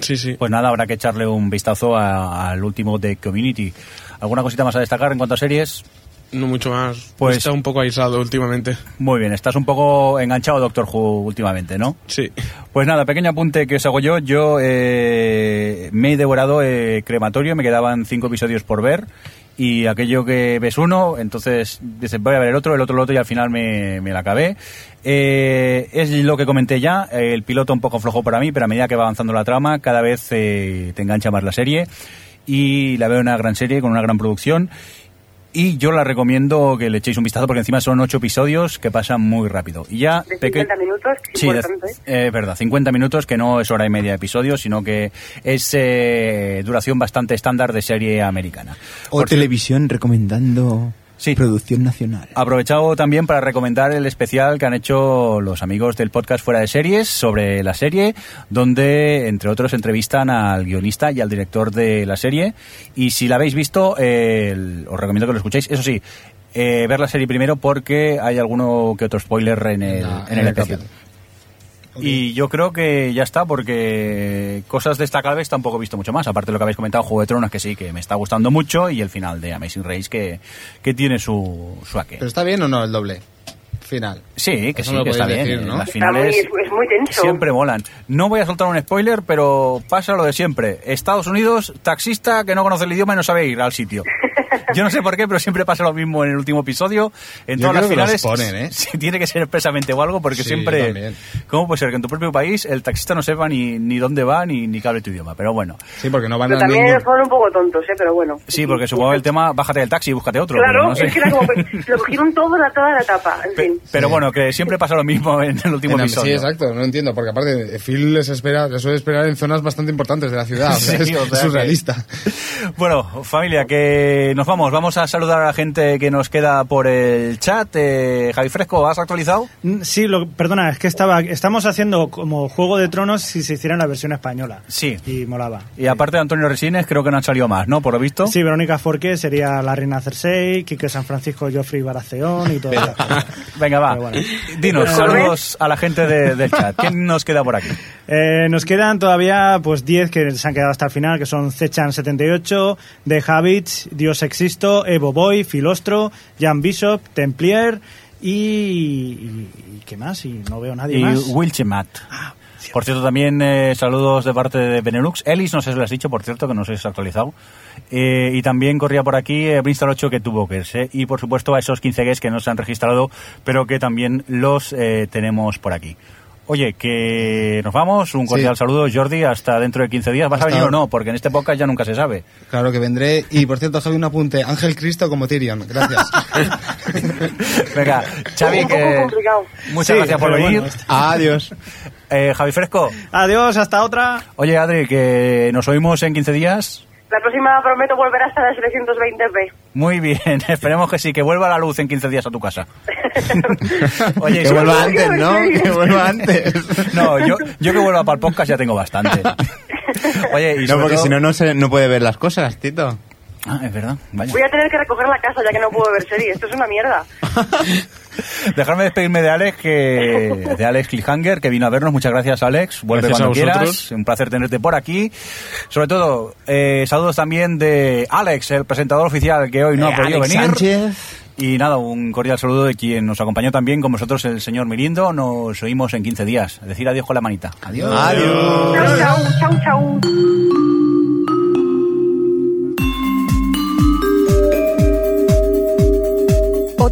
Speaker 7: Sí, sí.
Speaker 2: Pues nada, habrá que echarle un vistazo a- al último de Community. ¿Alguna cosita más a destacar en cuanto a series?
Speaker 7: No mucho más.
Speaker 2: Pues-
Speaker 7: Está un poco aislado últimamente.
Speaker 2: Muy bien, estás un poco enganchado a Doctor Who últimamente, ¿no?
Speaker 7: Sí.
Speaker 2: Pues nada, pequeño apunte que os hago yo. Yo eh, me he devorado eh, Crematorio, me quedaban cinco episodios por ver y aquello que ves uno, entonces dices voy a ver el otro, el otro, el otro y al final me, me la acabé. Eh, es lo que comenté ya, eh, el piloto un poco flojo para mí, pero a medida que va avanzando la trama cada vez eh, te engancha más la serie y la veo una gran serie con una gran producción y yo la recomiendo que le echéis un vistazo porque encima son ocho episodios que pasan muy rápido. Y ya
Speaker 10: De
Speaker 2: peque-
Speaker 10: 50 minutos, que es
Speaker 2: Sí, de-
Speaker 10: importante.
Speaker 2: eh, es verdad, 50 minutos que no es hora y media de episodio, sino que es eh, duración bastante estándar de serie americana.
Speaker 6: O televisión recomendando producción nacional.
Speaker 2: Aprovechado también para recomendar el especial que han hecho los amigos del podcast Fuera de Series sobre la serie, donde entre otros entrevistan al guionista y al director de la serie. Y si la habéis visto, eh, el- os recomiendo que lo escuchéis. Eso sí, eh, ver la serie primero porque hay alguno que otro spoiler en el, en el especial. Y yo creo que ya está, porque cosas destacables tampoco he visto mucho más. Aparte de lo que habéis comentado, Juego de Tronos, que sí, que me está gustando mucho, y el final de Amazing Race, que, que tiene su, su aquel.
Speaker 4: ¿Pero está bien o no el doble? Final.
Speaker 2: Sí, que
Speaker 4: Eso
Speaker 2: sí,
Speaker 4: no lo
Speaker 2: que está
Speaker 4: podéis
Speaker 2: bien. eh,
Speaker 4: decir, ¿no?
Speaker 2: Las
Speaker 4: Está muy-
Speaker 2: finales
Speaker 10: es muy tenso.
Speaker 2: siempre molan. No voy a soltar un spoiler, pero pasa lo de siempre. Estados Unidos, taxista que no conoce el idioma y no sabe ir al
Speaker 10: (laughs)
Speaker 2: sitio. Yo no sé por qué, pero siempre pasa lo mismo en el último episodio. En
Speaker 4: Yo
Speaker 2: todas
Speaker 4: creo que
Speaker 2: las
Speaker 4: los
Speaker 2: finales
Speaker 4: ponen, ¿eh?
Speaker 2: (laughs) sí, tiene que ser expresamente o algo, porque
Speaker 4: Sí,
Speaker 2: siempre...
Speaker 4: también.
Speaker 2: ¿Cómo puede ser que en tu propio país el taxista no sepa ni, ni dónde va ni, ni que hable tu idioma? Pero bueno.
Speaker 4: Sí, porque no van
Speaker 10: Pero también son un poco tontos, ¿eh? Pero bueno.
Speaker 2: Sí, porque supongo el tema, bájate del taxi y búscate otro. pero
Speaker 10: Claro,
Speaker 2: no sé.
Speaker 10: es que
Speaker 2: (laughs)
Speaker 10: era como que lo cogieron todo, la, toda la etapa. En fin.
Speaker 2: Pero bueno, que siempre pasa lo mismo en el último
Speaker 4: En la- sí,
Speaker 2: episodio.
Speaker 4: exacto, no entiendo, porque aparte Phil les espera, les suele esperar en zonas bastante importantes de la ciudad, o sea,
Speaker 2: Sí,
Speaker 4: es
Speaker 2: o sea
Speaker 4: surrealista.
Speaker 2: Bueno, familia, que nos vamos. Vamos a saludar a la gente que nos queda por el chat. Eh, Javi Fresco, ¿has actualizado?
Speaker 5: Mm, Sí, lo, perdona, es que estaba, estamos haciendo como Juego de Tronos si se hiciera en la versión española.
Speaker 2: Sí.
Speaker 5: Y molaba.
Speaker 2: Y aparte de Antonio Resines, creo que no han salido más, ¿no? Por lo visto.
Speaker 5: Sí, Verónica Forqué sería la reina Cersei, Quique San Francisco, Joffrey Baratheon y todo eso.
Speaker 2: Venga, va.
Speaker 5: Pero bueno.
Speaker 2: Dinos,
Speaker 5: Pero-
Speaker 2: saludos a la gente de- del chat. ¿Quién nos queda por aquí?
Speaker 5: (laughs) Eh, nos quedan todavía pues 10 que se han quedado hasta el final, que son Zechan78, The Habits, Dios Existo, Evo Boy, Filostro, Jan Bishop, Templier y, y- y ¿qué más? Y no veo nadie
Speaker 2: Y
Speaker 5: más. Ah,
Speaker 2: Wilchemat. Por cierto, también eh, saludos de parte de Benelux. Ellis, no sé si lo has dicho, por cierto, que no sé si has actualizado. Eh, y también corría por aquí eh, Brinstar 8 que tuvo que irse. Y por supuesto a esos 15 gays que no se han registrado, pero que también los eh, tenemos por aquí. Oye, que nos vamos. Un cordial saludo, Jordi. Hasta dentro de 15 días. ¿Vas a
Speaker 4: Hasta-
Speaker 2: venir o no? Porque en este podcast ya nunca se
Speaker 4: (laughs)
Speaker 2: sabe.
Speaker 4: Claro que vendré. Y por cierto, Javi, un apunte. Ángel Cristo como Tyrion. Gracias.
Speaker 2: Venga, Xavi,
Speaker 4: Un poco
Speaker 2: que
Speaker 4: complicado.
Speaker 2: muchas
Speaker 4: Sí,
Speaker 2: gracias por
Speaker 4: pero
Speaker 2: venir.
Speaker 4: bueno,
Speaker 6: (laughs)
Speaker 4: este.
Speaker 6: Adiós.
Speaker 2: Eh, Javi Fresco.
Speaker 5: Adiós, hasta otra.
Speaker 2: Oye, Adri, que nos oímos en 15 días.
Speaker 10: La próxima prometo volver hasta las 720p.
Speaker 2: Muy bien, (laughs) esperemos que sí, que vuelva la luz en 15 días a tu
Speaker 6: (laughs)
Speaker 2: casa. Oye,
Speaker 6: Que
Speaker 2: sí.
Speaker 6: vuelva antes, ¿no? Que vuelva antes.
Speaker 2: No, yo, yo que vuelva para el podcast ya tengo
Speaker 6: (laughs)
Speaker 2: bastante. Oye, y
Speaker 6: No,
Speaker 2: sobre
Speaker 6: porque
Speaker 2: todo-
Speaker 6: si no, no, se- no puede ver las cosas, Tito.
Speaker 2: Ah, es verdad, vaya.
Speaker 10: Voy a tener que recoger la casa ya que no puedo ver serie. Esto es una mierda.
Speaker 2: Dejarme despedirme de Alex, que,
Speaker 6: (laughs)
Speaker 2: de Alex Cliffhanger, que vino a vernos. Muchas gracias, Alex. Vuelve
Speaker 7: Gracias a
Speaker 2: cuando quieras.
Speaker 7: vosotros.
Speaker 2: Un placer tenerte por aquí. Sobre todo, eh, saludos también de Alex, el presentador oficial, que hoy no
Speaker 6: Eh,
Speaker 2: ha podido
Speaker 6: Alex
Speaker 2: venir.
Speaker 6: Sánchez.
Speaker 2: Y nada, un cordial saludo de quien nos acompañó también con vosotros, el señor Mirindo. Nos oímos en 15 días. Decir adiós con la manita. Adiós.
Speaker 10: Chau, chau, chau, chau.
Speaker 9: O